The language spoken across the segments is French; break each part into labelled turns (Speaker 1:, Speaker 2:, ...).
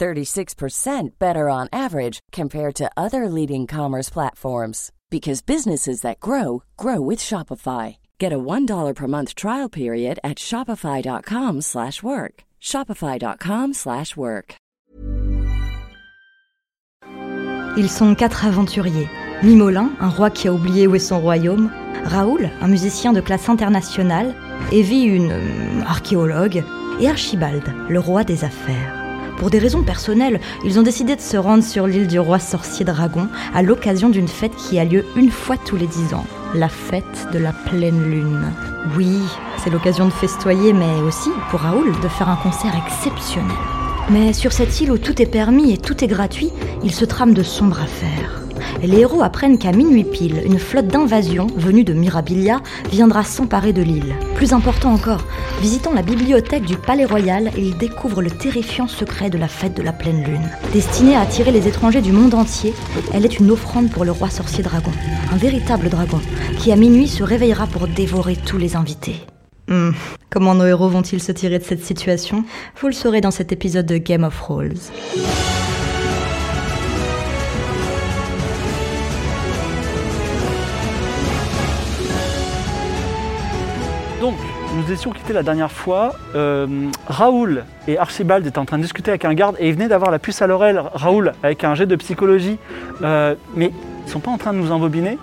Speaker 1: 36% better on average compared to other leading commerce platforms because businesses that grow grow with Shopify. Get a $1 per month trial period at shopify.com/work. slash work. shopify.com/work. slash work.
Speaker 2: Ils sont quatre aventuriers. Mimolin, un roi qui a oublié où est son royaume, Raoul, un musicien de classe internationale, Evie, une euh, archéologue, et Archibald, le roi des affaires. Pour des raisons personnelles, ils ont décidé de se rendre sur l'île du roi sorcier dragon à l'occasion d'une fête qui a lieu une fois tous les dix ans, la fête de la pleine lune. Oui, c'est l'occasion de festoyer, mais aussi, pour Raoul, de faire un concert exceptionnel. Mais sur cette île où tout est permis et tout est gratuit, il se trame de sombres affaires. Les héros apprennent qu'à minuit pile, une flotte d'invasion venue de Mirabilia viendra s'emparer de l'île. Plus important encore, visitant la bibliothèque du Palais Royal, ils découvrent le terrifiant secret de la fête de la pleine lune. Destinée à attirer les étrangers du monde entier, elle est une offrande pour le roi sorcier dragon, un véritable dragon, qui à minuit se réveillera pour dévorer tous les invités. Hmm, Comment nos héros vont-ils se tirer de cette situation Vous le saurez dans cet épisode de Game of Rolls.
Speaker 3: Donc, nous étions quittés la dernière fois. Euh, Raoul et Archibald étaient en train de discuter avec un garde et ils venaient d'avoir la puce à l'oreille, Raoul, avec un jet de psychologie. Euh, mais ils sont pas en train de nous embobiner.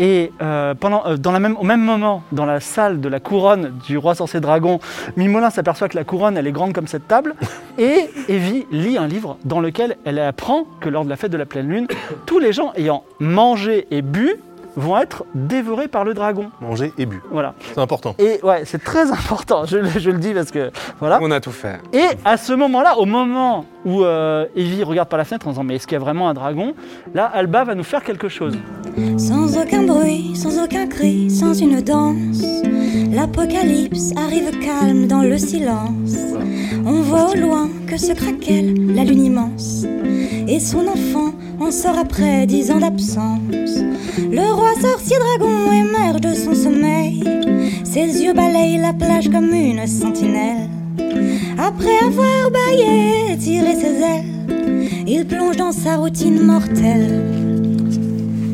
Speaker 3: Et euh, pendant, euh, dans la même, au même moment, dans la salle de la couronne du roi sorcier dragon, Mimolin s'aperçoit que la couronne, elle est grande comme cette table. Et Evie lit un livre dans lequel elle apprend que lors de la fête de la pleine lune, tous les gens ayant mangé et bu vont être dévorés par le dragon.
Speaker 4: Manger et bu.
Speaker 3: Voilà.
Speaker 4: C'est important.
Speaker 3: Et ouais, c'est très important, je, le- je le dis parce que voilà.
Speaker 5: Ah, On a tout fait.
Speaker 3: Et à ce moment-là, au moment où euh, Evie regarde par la fenêtre en disant mais est-ce qu'il y a vraiment un dragon Là, Alba va nous faire quelque chose.
Speaker 6: Sans aucun bruit, sans aucun cri, sans une danse. L'apocalypse arrive calme dans le silence. On voit au loin que se craquelle la lune immense. Et son enfant en sort après dix ans d'absence. Le roi sorcier dragon émerge de son sommeil. Ses yeux balayent la plage comme une sentinelle. Après avoir baillé et tiré ses ailes, il plonge dans sa routine mortelle.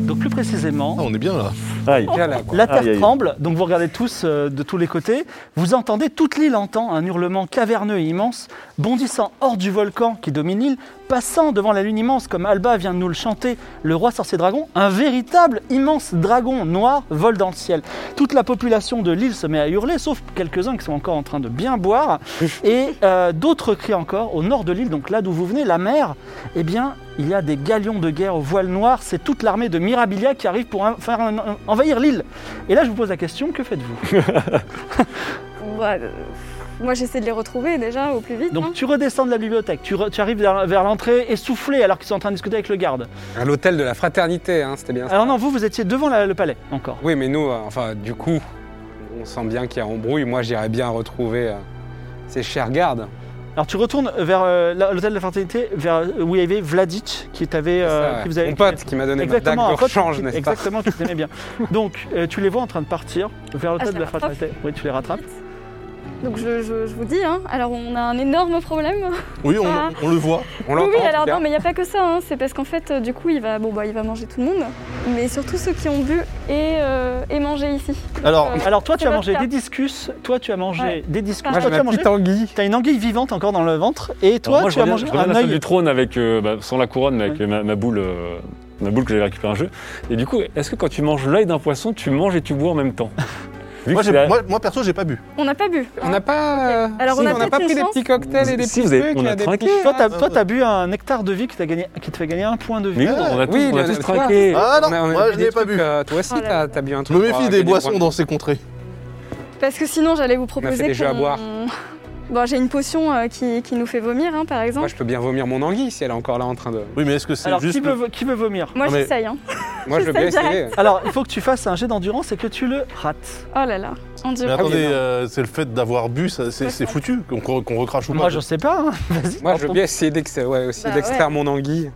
Speaker 3: Donc plus précisément,
Speaker 4: Ah, on est bien là.
Speaker 7: Aïe.
Speaker 5: Voilà, quoi.
Speaker 3: la terre
Speaker 7: Aïe, aïe.
Speaker 3: tremble, donc vous regardez tous euh, de tous les côtés, vous entendez toute l'île entend un hurlement caverneux et immense, bondissant hors du volcan qui domine l'île, passant devant la lune immense comme Alba vient de nous le chanter, le roi sorcier dragon, un véritable immense dragon noir vole dans le ciel. Toute la population de l'île se met à hurler, sauf quelques-uns qui sont encore en train de bien boire, et euh, d'autres crient encore au nord de l'île, donc là d'où vous venez, la mer, eh bien, il y a des galions de guerre au voile noir, c'est toute l'armée de Mirabilia qui arrive pour en- faire en- envahir l'île. Et là, je vous pose la question, que faites-vous
Speaker 8: Bah, euh, moi, j'essaie de les retrouver déjà au plus vite. hein.
Speaker 3: Donc, tu redescends de la bibliothèque, tu, re- tu arrives vers, vers l'entrée essoufflé alors qu'ils sont en train de discuter avec le garde.
Speaker 5: À l'hôtel de la fraternité, hein, c'était bien ça.
Speaker 3: Alors non, vous, vous étiez devant la- le palais, encore.
Speaker 5: Oui, mais nous, euh, enfin, du coup, on sent bien qu'il y a embrouille. Moi, j'irais bien retrouver euh, ces chers gardes.
Speaker 3: Alors, tu retournes vers euh, la- l'hôtel de la fraternité, vers euh, où il y avait Vladic, qui t'avait... euh,
Speaker 5: Ça, ouais.
Speaker 3: qui vous avait-
Speaker 5: Mon pote qui m'a donné ma dague
Speaker 3: Exactement, un
Speaker 5: de
Speaker 3: pote
Speaker 5: rechange,
Speaker 3: qui-
Speaker 5: n'est-ce pas
Speaker 3: Exactement, qui t'aimait bien. Donc, euh, tu les vois en train de partir vers l'hôtel
Speaker 8: Ah, je
Speaker 3: de
Speaker 8: les
Speaker 3: la
Speaker 8: rattrape.
Speaker 3: fraternité. Oui, tu les rattrapes.
Speaker 8: Donc, je, je- je vous dis, hein, alors on a un énorme problème.
Speaker 4: Oui, on,
Speaker 8: Ah.
Speaker 4: on le voit.
Speaker 5: On
Speaker 8: Oui,
Speaker 5: l'entend.
Speaker 8: oui,
Speaker 5: en tout
Speaker 8: alors
Speaker 5: cas.
Speaker 8: non, mais il n'y a pas que ça. hein, C'est parce qu'en fait, euh, du coup, il va, bon, bah, il va manger tout le monde, mais surtout ceux qui ont bu et, euh, et mangé ici.
Speaker 4: Alors,
Speaker 8: Euh,
Speaker 3: Alors, toi, tu
Speaker 8: Ça
Speaker 3: as
Speaker 8: va
Speaker 3: mangé
Speaker 8: faire.
Speaker 3: des discus, toi, tu as mangé
Speaker 8: Ouais.
Speaker 3: des discus,
Speaker 5: Moi,
Speaker 3: toi,
Speaker 5: j'ai
Speaker 3: tu as
Speaker 5: ma
Speaker 3: mangé
Speaker 5: petite anguille.
Speaker 3: T'as une anguille vivante encore dans le ventre et toi
Speaker 7: Alors moi, je
Speaker 3: tu as
Speaker 7: reviens,
Speaker 3: mangé
Speaker 7: je reviens
Speaker 3: un
Speaker 7: de la salle
Speaker 3: œil.
Speaker 7: du trône avec, euh, bah, sans la couronne, mais avec ma, ma boule, euh, ma boule que j'avais récupérée un jeu. Et du coup, est-ce que quand tu manges l'œil d'un poisson, tu manges et tu bois en même temps Vu
Speaker 4: moi,
Speaker 7: que
Speaker 4: j'ai-
Speaker 7: c'est la-
Speaker 4: moi- moi, perso, j'ai pas bu.
Speaker 8: On n'a pas bu. hein.
Speaker 5: On n'a pas, euh,
Speaker 8: Ah. Alors,
Speaker 5: si,
Speaker 8: on a
Speaker 5: n'a
Speaker 8: peut-être
Speaker 5: pas
Speaker 8: une
Speaker 5: pris des
Speaker 8: chance.
Speaker 5: petits cocktails et des
Speaker 7: Si,
Speaker 5: petits
Speaker 7: vous avez-
Speaker 5: trucs.
Speaker 7: on
Speaker 5: il y
Speaker 7: a
Speaker 5: des
Speaker 7: trinqué.
Speaker 5: petits-
Speaker 3: Toi t'as
Speaker 5: Ah,
Speaker 3: toi, t'as bu un nectar de vie qui t'a gagné qui te fait gagner un point de vie.
Speaker 7: Mais oui, on a tous,
Speaker 5: Oui,
Speaker 7: on a
Speaker 5: le-
Speaker 7: tous
Speaker 5: le-
Speaker 7: trinqué.
Speaker 4: Ah non,
Speaker 5: on a- on a
Speaker 4: moi, je
Speaker 5: des
Speaker 4: n'ai pas
Speaker 5: trucs,
Speaker 4: bu.
Speaker 5: euh, toi aussi,
Speaker 8: Oh là
Speaker 5: t'as
Speaker 8: là.
Speaker 5: t'as bu un
Speaker 4: Je
Speaker 5: truc.
Speaker 4: me
Speaker 5: pour, euh,
Speaker 4: méfie des
Speaker 5: gagner le
Speaker 4: boissons
Speaker 5: point.
Speaker 4: dans ces contrées.
Speaker 8: Parce que sinon, j'allais vous
Speaker 5: fait
Speaker 8: proposer
Speaker 5: des jeux à
Speaker 8: qu'on-
Speaker 5: boire.
Speaker 8: Bon, j'ai une potion euh, qui, qui nous fait vomir, hein, par
Speaker 5: Moi,
Speaker 8: exemple.
Speaker 5: je peux bien vomir mon anguille si elle est encore là en train de.
Speaker 4: Oui, mais est-ce que c'est
Speaker 3: Alors,
Speaker 4: juste.
Speaker 3: qui,
Speaker 4: le-
Speaker 3: veut, qui veut vomir
Speaker 8: Moi,
Speaker 4: Non, mais-
Speaker 8: j'essaye. hein.
Speaker 5: Moi, je veux bien
Speaker 8: Ça, direct.
Speaker 5: essayer.
Speaker 3: Alors, il faut que tu fasses un jet d'endurance et que tu le rates.
Speaker 8: Oh là là,
Speaker 4: Mais
Speaker 8: endurance.
Speaker 5: Ah oui,
Speaker 4: attendez,
Speaker 5: non.
Speaker 4: euh, c'est le fait d'avoir bu, ça- c'est c'est foutu qu'on qu'on recrache ou pas.
Speaker 3: Moi, je sais pas. hein. Vas-y.
Speaker 5: Moi,
Speaker 3: tente
Speaker 5: je veux
Speaker 3: ton-
Speaker 5: bien essayer d'ex- ouais, aussi
Speaker 8: Bah,
Speaker 5: d'extraire mon anguille.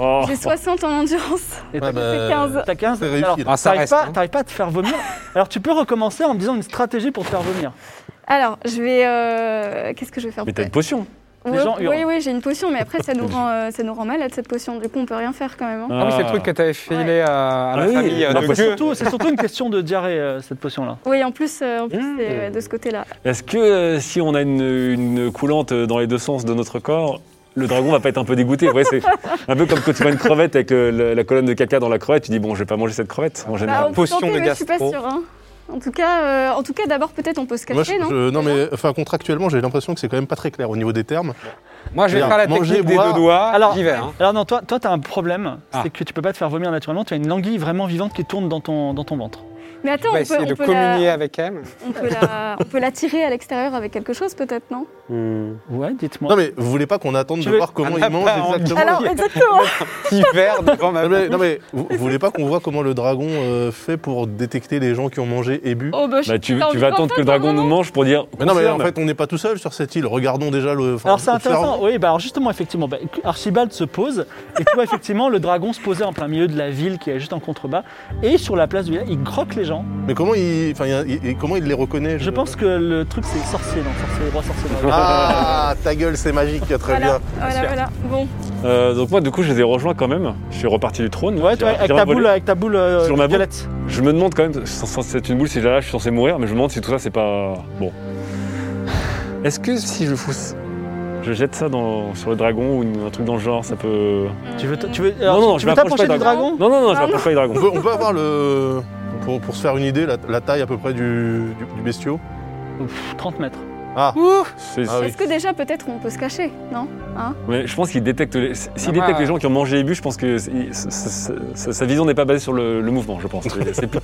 Speaker 7: Oh.
Speaker 8: J'ai 60 en endurance.
Speaker 3: Et t'as-
Speaker 4: Ouais, bah,
Speaker 8: 15.
Speaker 3: T'as 15
Speaker 4: C'est réussi,
Speaker 3: Alors,
Speaker 4: là.
Speaker 5: Ah, ça
Speaker 3: T'arrives
Speaker 5: reste.
Speaker 3: pas,
Speaker 5: hein.
Speaker 3: t'arrives pas à te faire vomir. Alors tu peux recommencer en me disant une stratégie pour te faire vomir.
Speaker 8: Alors, je vais. euh, Qu'est-ce que je vais faire
Speaker 7: Mais t'as une potion.
Speaker 8: Ouais,
Speaker 3: Les gens
Speaker 8: Oui,
Speaker 3: hurlent.
Speaker 8: oui, j'ai une potion, mais après, ça nous, rend, euh, ça nous rend malade cette potion. Du coup, on peut rien faire quand même. hein.
Speaker 5: Ah oui, c'est le truc que t'avais filé à, à la
Speaker 7: Ah oui,
Speaker 5: famille euh,
Speaker 7: la
Speaker 5: de
Speaker 3: C'est
Speaker 7: potion.
Speaker 5: Gueux.
Speaker 3: surtout, c'est surtout une question de diarrhée, euh, cette potion-là.
Speaker 8: Oui, en plus, euh, en plus
Speaker 5: Mmh.
Speaker 8: c'est ouais, de ce côté-là.
Speaker 7: Est-ce que euh, si on a une, une coulante euh, dans les deux sens de notre corps, le dragon va pas être un peu dégoûté Ouais, c'est un peu comme quand tu vois une crevette avec euh, la, la colonne de caca dans la crevette, tu dis bon, je vais pas manger cette crevette en
Speaker 8: Bah,
Speaker 7: général.
Speaker 8: on peut
Speaker 5: potion
Speaker 8: tenter,
Speaker 5: de
Speaker 8: mais Je suis pas
Speaker 5: gastro.
Speaker 8: sûre. hein. En tout cas, euh, en tout cas, d'abord, peut-être on peut se
Speaker 4: Moi,
Speaker 8: cacher,
Speaker 4: je-
Speaker 8: non
Speaker 4: je- non, mais enfin, contractuellement, j'ai l'impression que c'est quand même pas très clair au niveau des termes.
Speaker 5: Moi, je vais
Speaker 4: Bien.
Speaker 5: faire la
Speaker 4: Manger,
Speaker 5: technique des
Speaker 4: boire.
Speaker 5: deux doigts.
Speaker 3: Alors-
Speaker 5: j'y vais. hein.
Speaker 3: Alors non, toi, toi, t'as un problème,
Speaker 5: Ah.
Speaker 3: c'est que tu peux pas te faire vomir naturellement. Tu as une anguille vraiment vivante qui tourne dans ton, dans ton ventre.
Speaker 8: Mais attends,
Speaker 5: On va
Speaker 8: on peut,
Speaker 5: essayer
Speaker 8: on,
Speaker 5: de
Speaker 8: peut
Speaker 5: communier
Speaker 8: la,
Speaker 5: avec elle.
Speaker 8: on, peut la, on peut la tirer à l'extérieur avec quelque chose, peut-être, non
Speaker 3: Ouais, dites-moi.
Speaker 4: Non, mais vous voulez pas qu'on attende
Speaker 3: Tu
Speaker 4: de
Speaker 3: veux-
Speaker 4: voir comment
Speaker 5: On
Speaker 4: il
Speaker 5: n'a
Speaker 4: mange
Speaker 5: pas envie.
Speaker 4: exactement
Speaker 8: Alors, exactement
Speaker 5: Petit verre devant ma
Speaker 3: Ah,
Speaker 4: non mais, non, mais vous, vous voulez pas qu'on voit comment le dragon euh, fait pour détecter les gens qui ont mangé et bu
Speaker 8: Oh, bah, je-
Speaker 7: Bah, tu, tu
Speaker 8: t'as envie
Speaker 7: vas
Speaker 8: d'en
Speaker 7: attendre que
Speaker 8: faire,
Speaker 7: le dragon nous
Speaker 8: vraiment
Speaker 7: mange pour dire.
Speaker 4: Mais non mais en
Speaker 7: confirme.
Speaker 4: fait on n'est pas tout seul sur cette île, regardons déjà le... enfin,
Speaker 3: Alors c'est
Speaker 4: observons.
Speaker 3: intéressant, oui, bah alors justement effectivement, bah, Archibald se pose et tu vois effectivement le dragon se poser en plein milieu de la ville qui est juste en contrebas et sur la place du village, il croque les gens.
Speaker 4: Mais comment il, enfin, il y a- il- il- comment il les reconnaît
Speaker 3: Je pense que le truc c'est sorcier, non, sorcier, roi sorcier. dragon.
Speaker 4: Ah, ta gueule c'est magique, très
Speaker 8: Voilà,
Speaker 4: bien.
Speaker 8: voilà, voilà. Bon,
Speaker 7: Euh, donc moi, du coup, je les ai rejoints quand même. Je suis reparti du trône.
Speaker 3: Ouais,
Speaker 7: J'ai-
Speaker 3: toi, avec
Speaker 7: j'ai
Speaker 3: ta
Speaker 7: volé.
Speaker 3: boule, avec ta boule euh,
Speaker 7: Sur ma boule
Speaker 3: violette.
Speaker 7: Je me demande quand même, c'est c'est une boule, si je la lâche, je suis censé mourir, mais je me demande si tout ça, c'est pas. Bon. Est-ce que si je fous. Je jette ça dans, sur le dragon ou une- un truc dans le genre, ça peut.
Speaker 3: Tu
Speaker 8: Euh,
Speaker 3: veux, t- tu veux, alors,
Speaker 7: non,
Speaker 3: tu
Speaker 7: je
Speaker 3: veux
Speaker 7: m'approche
Speaker 3: t'approcher
Speaker 7: pas
Speaker 3: du
Speaker 7: d'un-
Speaker 3: dragon
Speaker 7: Non, non, non, je
Speaker 8: Ah,
Speaker 7: m'approche pas du dragon.
Speaker 4: On peut, on peut avoir le... Pour, pour se faire une idée, la, la taille à peu près du, du, du bestiau
Speaker 3: Pff, 30 mètres.
Speaker 4: Ah,
Speaker 7: C'est-
Speaker 4: Ah oui.
Speaker 8: est-ce que déjà, peut-être, on peut se cacher, non
Speaker 7: Mais je pense qu'il détecte les. S'il
Speaker 5: Ah,
Speaker 7: détecte
Speaker 5: bah.
Speaker 7: les gens qui ont mangé et bu, je pense que c'est- il- sa- sa- sa sa vision n'est pas basée sur le, le mouvement, je pense. C'est- C'est plus,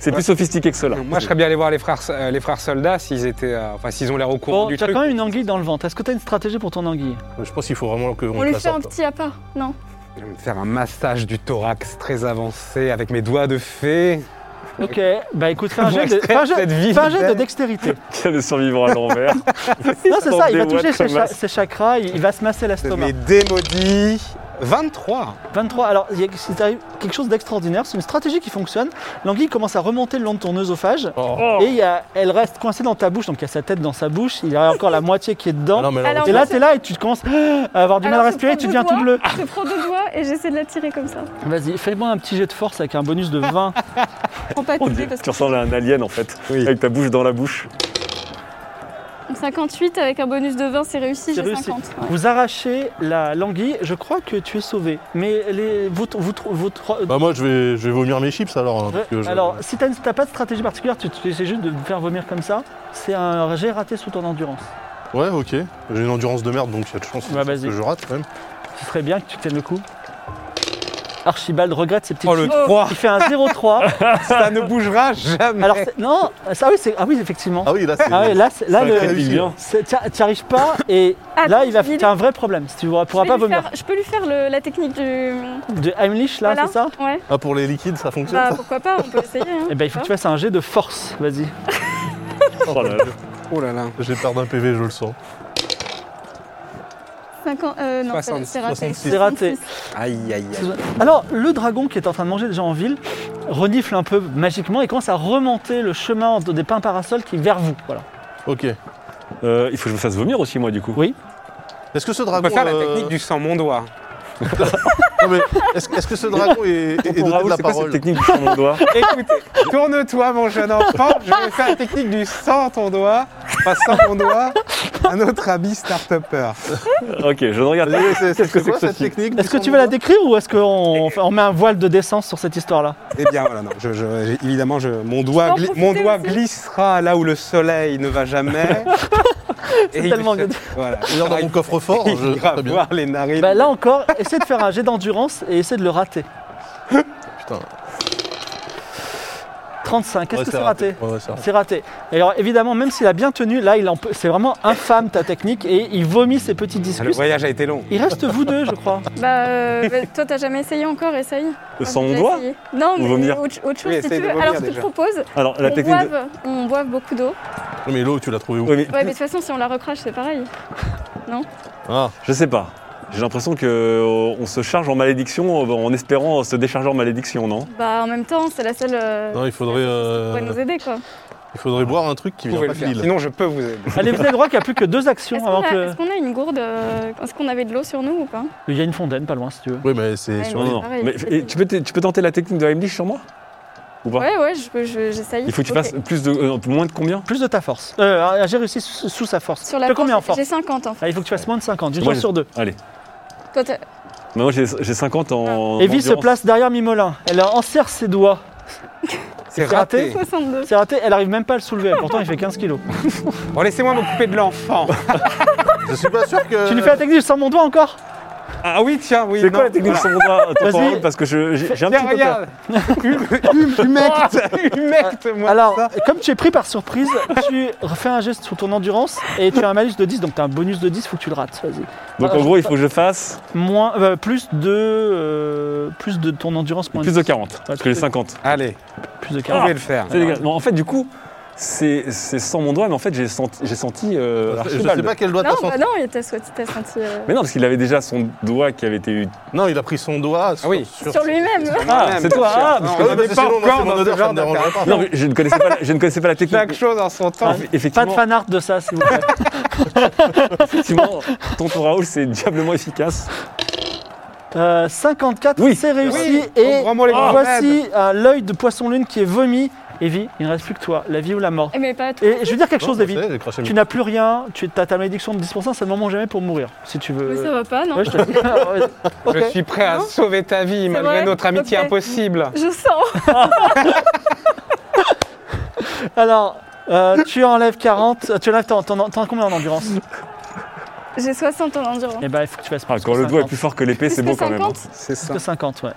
Speaker 7: c'est plus sophistiqué que cela.
Speaker 5: Moi, je serais bien allé voir les frères, euh, les frères soldats s'ils étaient, euh, enfin, s'ils ont l'air au courant
Speaker 3: Bon,
Speaker 5: du
Speaker 3: tu as
Speaker 5: truc.
Speaker 3: quand même une anguille dans le ventre. Est-ce que tu as une stratégie pour ton anguille
Speaker 4: je pense qu'il faut vraiment qu'on
Speaker 8: On
Speaker 4: te
Speaker 8: lui
Speaker 4: la
Speaker 8: fait un
Speaker 4: sorte.
Speaker 8: petit appât, non
Speaker 5: Je vais me faire un massage du thorax très avancé avec mes doigts de fée.
Speaker 3: Ok, bah écoute, fais un
Speaker 5: Pour
Speaker 3: jet de, fais
Speaker 5: extraire
Speaker 3: un jet-
Speaker 5: cette vie
Speaker 3: fais un jet de
Speaker 5: belle.
Speaker 3: dextérité.
Speaker 7: Quel le survivant à l'envers.
Speaker 3: non, c'est ça, il va
Speaker 7: Attendez,
Speaker 3: toucher ses,
Speaker 7: what
Speaker 3: cha-
Speaker 7: Thomas
Speaker 3: ses chakras, il, il va se masser
Speaker 5: de
Speaker 3: l'estomac.
Speaker 5: mes démaudits. 23
Speaker 3: 23, alors il y a- c'est arrivé quelque chose d'extraordinaire, c'est une stratégie qui fonctionne. L'anguille commence à remonter le long de ton œsophage.
Speaker 4: Oh.
Speaker 3: Et il y a- elle reste coincée dans ta bouche, donc il y a sa tête dans sa bouche, il y a encore la moitié qui est dedans.
Speaker 4: Ah non, mais là,
Speaker 8: Alors,
Speaker 3: et
Speaker 8: on
Speaker 3: là,
Speaker 8: se-
Speaker 3: t'es là et tu commences à avoir du mal
Speaker 8: Alors,
Speaker 3: à
Speaker 8: je
Speaker 3: respirer,
Speaker 8: prends
Speaker 3: tu
Speaker 8: deux
Speaker 3: deviens tout
Speaker 8: doigts,
Speaker 3: bleu.
Speaker 8: Je prends deux doigts et j'essaie de la tirer comme ça.
Speaker 3: Vas-y, fais-moi un petit jet de force avec un bonus de 20.
Speaker 8: Je prends pas
Speaker 7: On
Speaker 8: toutes
Speaker 7: dirait
Speaker 8: les
Speaker 7: que
Speaker 8: parce
Speaker 7: Tu
Speaker 8: que
Speaker 7: ressembles à un alien en fait, avec ta bouche dans la bouche.
Speaker 8: 58 avec un bonus de 20, c'est réussi,
Speaker 3: C'est
Speaker 8: j'ai
Speaker 3: réussi.
Speaker 8: 50. ouais.
Speaker 3: Vous arrachez la languille, je crois que tu es sauvé. Mais les, vous, vous, vous- vous-
Speaker 4: Bah moi je vais, je vais vomir mes chips alors. hein, parce que je-
Speaker 3: Alors, si t'as une- t'as pas de stratégie particulière, tu, tu essaies juste de me faire vomir comme ça, c'est un jet raté sous ton endurance.
Speaker 4: Ouais ok, j'ai une endurance de merde donc il y a de chance
Speaker 3: Ouais, Bah, vas-y.
Speaker 4: que je rate quand même.
Speaker 3: Ce serait bien que tu tiennes le coup. Archibald regrette ses petites
Speaker 5: Oh le
Speaker 3: choses.
Speaker 5: 3
Speaker 3: Il fait un 0-3.
Speaker 5: Ça ne bougera jamais
Speaker 3: Alors, c'est- non, ça, ah oui, c'est- ah oui, effectivement.
Speaker 4: Ah oui là c'est...
Speaker 3: Ah oui, là, c'est- là
Speaker 7: Ça
Speaker 3: le-
Speaker 4: crée
Speaker 7: crépite bien.
Speaker 3: c'est- t'y- t'y arrives pas et
Speaker 8: Attends,
Speaker 3: là, il va,
Speaker 8: j'ai une idée.
Speaker 3: t'as un vrai problème. Tu pourras
Speaker 8: Ah, Je
Speaker 3: pourras
Speaker 8: vais
Speaker 3: pas
Speaker 8: lui
Speaker 3: vomir.
Speaker 8: faire- je peux lui faire le- la technique du.
Speaker 3: De Heimlich, là,
Speaker 8: Voilà,
Speaker 3: c'est ça
Speaker 8: Ouais.
Speaker 4: Ah pour les liquides ça fonctionne
Speaker 8: Bah
Speaker 4: ça
Speaker 8: pourquoi pas, on peut essayer. Hein.
Speaker 3: Eh ben, il faut que tu fasses un jet de force, vas-y.
Speaker 7: Oh là là.
Speaker 5: Oh là là
Speaker 4: J'ai peur d'un PV je le sens.
Speaker 8: 50, euh, non, c'est-
Speaker 5: 60,
Speaker 8: c'est raté.
Speaker 4: 66.
Speaker 3: C'est raté.
Speaker 5: Aïe aïe aïe
Speaker 3: Alors, le dragon qui est en train de manger déjà en ville renifle un peu magiquement et commence à remonter le chemin des pins parasols qui est vers vous. Voilà.
Speaker 4: Ok.
Speaker 7: Euh, il faut que je me fasse vomir aussi, moi, du coup.
Speaker 3: Oui.
Speaker 4: Est-ce que ce
Speaker 5: On
Speaker 4: dragon...
Speaker 5: peut faire la
Speaker 4: euh,
Speaker 5: technique du sang mon doigt.
Speaker 4: non, mais est-ce est-ce que ce dragon est, est- est
Speaker 7: Tonton
Speaker 4: doté de
Speaker 7: Raoul,
Speaker 4: la
Speaker 7: c'est quoi cette
Speaker 4: parole
Speaker 7: technique du champ mon doigt
Speaker 5: Écoute, tourne-toi mon jeune enfant, je vais faire la technique du sang ton doigt, pas sang mon doigt, un autre habit start-upper.
Speaker 7: Ok, je ne regarde pas.
Speaker 4: Vas-y, c'est-
Speaker 7: Qu'est-ce que
Speaker 4: c'est
Speaker 7: c'est que
Speaker 4: quoi
Speaker 7: ce
Speaker 4: cette
Speaker 7: truc
Speaker 4: technique du
Speaker 3: Est-ce que
Speaker 4: sang
Speaker 3: tu
Speaker 4: du
Speaker 3: veux la
Speaker 4: doigt
Speaker 3: décrire ou est-ce qu'on on fait- on met un voile de décence sur cette histoire-là
Speaker 5: Eh bien voilà, non, je, je- évidemment, je, mon doigt,
Speaker 8: en
Speaker 5: gli-
Speaker 8: profiter
Speaker 5: mon doigt
Speaker 8: aussi.
Speaker 5: glissera là où le soleil ne va jamais. Et il
Speaker 3: tellement
Speaker 5: se-
Speaker 3: bien.
Speaker 5: Voilà,
Speaker 4: Il est dans mon coffre-fort,
Speaker 5: il
Speaker 4: Oh, je...
Speaker 5: ira
Speaker 4: très bien.
Speaker 5: voir les narines.
Speaker 3: Bah, Là encore, essaie de faire un jet d'endurance et essaie de le rater.
Speaker 4: Putain.
Speaker 3: 35, est-ce
Speaker 4: Ouais,
Speaker 3: que
Speaker 4: c'est
Speaker 3: c'est raté
Speaker 4: Ouais, ouais, c'est raté.
Speaker 3: C'est raté. Et alors évidemment, même s'il a bien tenu, là, il en peut- c'est vraiment infâme ta technique et il vomit ses petits
Speaker 5: Ah, Le
Speaker 3: discus.
Speaker 5: voyage a été long.
Speaker 3: Il reste vous deux, je crois.
Speaker 8: Bah, euh, bah, toi, t'as jamais essayé encore, essaye.
Speaker 7: Sans
Speaker 8: Moi,
Speaker 7: mon
Speaker 8: j'ai déjà
Speaker 7: doigt
Speaker 8: essayé. Non,
Speaker 7: Ou
Speaker 8: mais
Speaker 7: vomir
Speaker 8: autre, autre chose
Speaker 5: Oui,
Speaker 8: si
Speaker 5: essaye
Speaker 8: tu
Speaker 5: de
Speaker 8: veux.
Speaker 5: vomir
Speaker 8: Alors, je te
Speaker 5: déjà.
Speaker 8: propose,
Speaker 7: Alors, la
Speaker 8: on
Speaker 7: technique de...
Speaker 8: boive, on boive beaucoup d'eau.
Speaker 4: Non, mais l'eau, tu l'as trouvée où
Speaker 7: Oui, mais
Speaker 8: Ouais, mais de toute façon, si on la recrache, c'est pareil.
Speaker 4: Ah,
Speaker 7: je sais pas. J'ai l'impression que euh, on se charge en malédiction euh, en espérant se décharger en malédiction, non
Speaker 8: Bah, en même temps, c'est la seule euh,
Speaker 4: non, il faudrait,
Speaker 8: qui
Speaker 4: euh,
Speaker 8: pourrait nous aider, quoi.
Speaker 4: il faudrait boire un truc qui
Speaker 5: Vous
Speaker 4: vient
Speaker 5: pouvez
Speaker 4: pas
Speaker 5: le
Speaker 4: de
Speaker 5: faire.
Speaker 4: l'île.
Speaker 5: Sinon, je peux vous aider.
Speaker 3: Allez, vous avez le droit qu'il n'y a plus que deux actions
Speaker 8: Est-ce qu'on
Speaker 3: avant
Speaker 8: a,
Speaker 3: que...
Speaker 8: est-ce qu'on a une gourde euh, Est-ce qu'on avait de l'eau sur nous ou pas
Speaker 3: Il y a une fontaine pas loin, si tu veux.
Speaker 4: Oui, mais c'est
Speaker 8: Ouais,
Speaker 4: sur
Speaker 7: Non,
Speaker 8: mais
Speaker 4: l'île.
Speaker 7: non, non.
Speaker 8: pareil,
Speaker 7: Mais,
Speaker 8: c'est
Speaker 7: et
Speaker 8: pas-
Speaker 7: tu, peux, t- tu peux tenter la technique de Heimlich sur moi Ou pas
Speaker 8: Ouais, ouais, je peux- je- j'essaye.
Speaker 7: Il faut que tu
Speaker 8: Ok.
Speaker 7: fasses plus de, euh, moins de combien
Speaker 3: Plus de ta force. Euh, j'ai réussi sous, sous sa force.
Speaker 8: Sur la
Speaker 3: T'as combien en
Speaker 8: planche,
Speaker 3: force
Speaker 8: J'ai 50 en fait.
Speaker 3: Ah, Il faut que tu fasses moins de 50, d'une
Speaker 7: Moi,
Speaker 3: chance
Speaker 7: j'ai-
Speaker 3: sur deux.
Speaker 7: Allez.
Speaker 8: Toi, t'as-
Speaker 7: Mais Moi j'ai j'ai 50
Speaker 8: Ah.
Speaker 7: en.
Speaker 3: Evie se
Speaker 7: endurance.
Speaker 3: place derrière Mimolin. Elle enserre ses doigts.
Speaker 5: C'est
Speaker 3: C'est raté.
Speaker 5: raté.
Speaker 8: 62.
Speaker 3: C'est raté, elle arrive même pas à le soulever. Pourtant, il fait 15 kilos.
Speaker 5: Bon, laissez-moi m'occuper de l'enfant.
Speaker 4: Je suis pas sûr que.
Speaker 3: Tu lui fais la technique sans mon doigt encore
Speaker 5: Ah oui, tiens, oui.
Speaker 7: C'est quoi
Speaker 5: non,
Speaker 7: la technique
Speaker 5: voilà.
Speaker 7: sur mon doigt euh,
Speaker 3: Vas-y.
Speaker 7: temporelle Parce que je- j'ai j'ai un petit
Speaker 5: Tiens,
Speaker 7: peu peur.
Speaker 5: regarde. Hum- hum- Humecte, humecte-moi.
Speaker 3: Ah. Alors,
Speaker 5: ça.
Speaker 3: comme tu es pris par surprise, tu refais un geste sur ton endurance et tu as un malus de 10, donc tu as un bonus de 10, faut que tu le rates. Vas-y.
Speaker 7: Donc en gros, il faut que je fasse
Speaker 3: Moins, euh, plus, de, euh, plus de ton endurance, moins
Speaker 7: plus de 40. Parce que j'ai 50.
Speaker 5: Allez,
Speaker 3: Plus de
Speaker 5: vous
Speaker 3: 40.
Speaker 5: pouvez le faire.
Speaker 7: C'est dégueulasse. Non, en fait, du coup, c'est c'est sans mon doigt, mais en fait, j'ai senti, j'ai senti euh,
Speaker 4: Alors, Je
Speaker 7: Archibald.
Speaker 4: sais pas quel doigt
Speaker 8: Non,
Speaker 4: t'as senti.
Speaker 8: bah non, il t'a senti. t'as senti, euh,
Speaker 7: Mais non, parce qu'il avait déjà son doigt qui avait été eu.
Speaker 4: Non, il a pris son doigt sur,
Speaker 5: Ah oui.
Speaker 8: Sur lui-même.
Speaker 7: Ah,
Speaker 5: Même,
Speaker 7: c'est toi,
Speaker 5: bien sûr.
Speaker 7: ah, parce
Speaker 5: Non,
Speaker 7: que
Speaker 5: on
Speaker 4: Ouais,
Speaker 5: n'est
Speaker 4: parce que
Speaker 5: pas
Speaker 4: sinon, moi, c'est mon
Speaker 5: encore dans ce
Speaker 4: odeur, ça
Speaker 5: genre
Speaker 4: me dérangerait
Speaker 5: d'affaire.
Speaker 4: pas.
Speaker 7: Non, mais je ne connaissais pas la, je ne connaissais pas la
Speaker 5: Chaque
Speaker 7: technique. Ah,
Speaker 5: chose en son temps.
Speaker 7: Eff-
Speaker 3: Pas de
Speaker 7: Effectivement,
Speaker 3: fan art de ça, s'il vous plaît.
Speaker 7: effectivement, tonton Raoul, c'est diablement efficace.
Speaker 3: Euh, 54,
Speaker 7: Oui.
Speaker 3: c'est réussi.
Speaker 5: Oui,
Speaker 3: et
Speaker 5: oh, vraiment, les grands
Speaker 3: voici euh, l'œil de poisson lune qui est vomi. Evie, il ne reste plus que toi, la vie ou la mort.
Speaker 8: Eh, Mais pas tout.
Speaker 3: Et je veux dire quelque
Speaker 4: Non,
Speaker 3: chose,
Speaker 4: ça,
Speaker 3: Evie.
Speaker 4: c'est, j'ai craché mes-
Speaker 3: Tu n'as plus rien, tu as ta malédiction de 10%, c'est le moment ou jamais pour mourir, si tu
Speaker 8: Mais ça
Speaker 3: veux.
Speaker 8: va pas, non
Speaker 3: Euh, Ouais, je te dis. Ok.
Speaker 5: Je suis prêt à
Speaker 8: Non.
Speaker 5: sauver ta vie malgré
Speaker 8: vrai
Speaker 5: notre amitié
Speaker 8: Ok.
Speaker 5: impossible.
Speaker 8: Je sens.
Speaker 3: Alors, euh, tu enlèves 40, euh, tu enlèves ton, ton- ton- combien en endurance
Speaker 8: J'ai 60 en endurance.
Speaker 3: Eh ben, il faut que tu fasses
Speaker 7: Ah,
Speaker 3: plus
Speaker 7: quand
Speaker 3: que
Speaker 7: le doigt est
Speaker 3: 50.
Speaker 7: plus fort que l'épée,
Speaker 8: Plus
Speaker 7: c'est
Speaker 8: que
Speaker 7: bon quand même. hein.
Speaker 8: 50
Speaker 5: C'est
Speaker 3: Plus
Speaker 5: ça.
Speaker 3: que 50, ouais.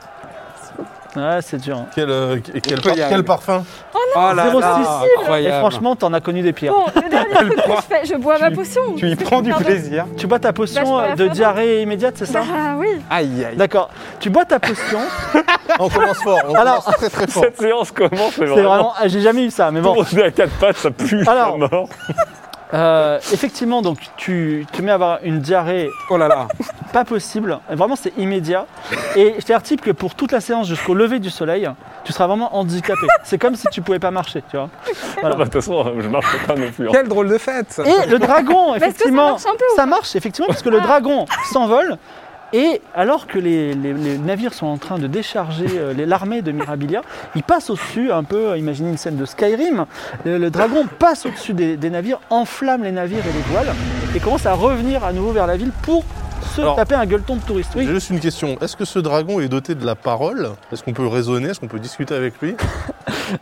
Speaker 3: Ouais, c'est dur. hein.
Speaker 4: Quel, euh, quel,
Speaker 5: peut y
Speaker 4: quel
Speaker 5: arriver.
Speaker 4: parfum
Speaker 7: Ah
Speaker 5: Oh là
Speaker 3: Zéro
Speaker 5: là,
Speaker 3: six. Et
Speaker 5: incroyable.
Speaker 3: franchement, t'en as connu des pires.
Speaker 8: Bon, le dernier truc que je fais, je bois ma
Speaker 3: Tu-
Speaker 8: potion.
Speaker 5: tu y prends du
Speaker 8: Pardon.
Speaker 5: plaisir.
Speaker 3: Tu bois ta
Speaker 8: Bah, je
Speaker 3: potion
Speaker 8: peux la
Speaker 3: euh, de
Speaker 8: faire,
Speaker 3: diarrhée immédiate, c'est ça
Speaker 8: Bah oui.
Speaker 5: Aïe aïe.
Speaker 3: D'accord. Tu bois ta potion.
Speaker 4: On commence fort, on
Speaker 3: Alors-
Speaker 4: commence très très fort.
Speaker 7: Cette séance commence, mais
Speaker 3: C'est
Speaker 7: vraiment.
Speaker 3: vraiment. ah, J'ai jamais eu ça, mais bon.
Speaker 7: Tourner à quatre pattes, ça pue
Speaker 3: Alors.
Speaker 7: la mort.
Speaker 3: Euh, effectivement, donc tu te mets à avoir une diarrhée
Speaker 5: Oh là là.
Speaker 3: pas possible. Vraiment, c'est immédiat. Et je t'avertis que pour toute la séance jusqu'au lever du soleil, tu seras vraiment handicapé. C'est comme si tu pouvais pas marcher, tu vois.
Speaker 7: Ah bah, De toute façon, je marche pas non plus. hein.
Speaker 5: Quel drôle de fête.
Speaker 3: Et le dragon,
Speaker 8: Mais est-ce que ça
Speaker 3: effectivement,
Speaker 8: marche un peu ou
Speaker 3: ça marche effectivement parce que le
Speaker 8: Ah.
Speaker 3: dragon s'envole. Et alors que les, les- les navires sont en train de décharger euh, les- l'armée de Mirabilia, il passe au-dessus, un peu, euh, imaginez une scène de Skyrim, le, le dragon passe au-dessus des, des navires, enflamme les navires et les voiles, et commence à revenir à nouveau vers la ville pour se
Speaker 4: Alors,
Speaker 3: taper un gueuleton de touristes. Oui.
Speaker 4: J'ai juste une question. Est-ce que ce dragon est doté de la parole Est-ce qu'on peut raisonner Est-ce qu'on peut discuter avec lui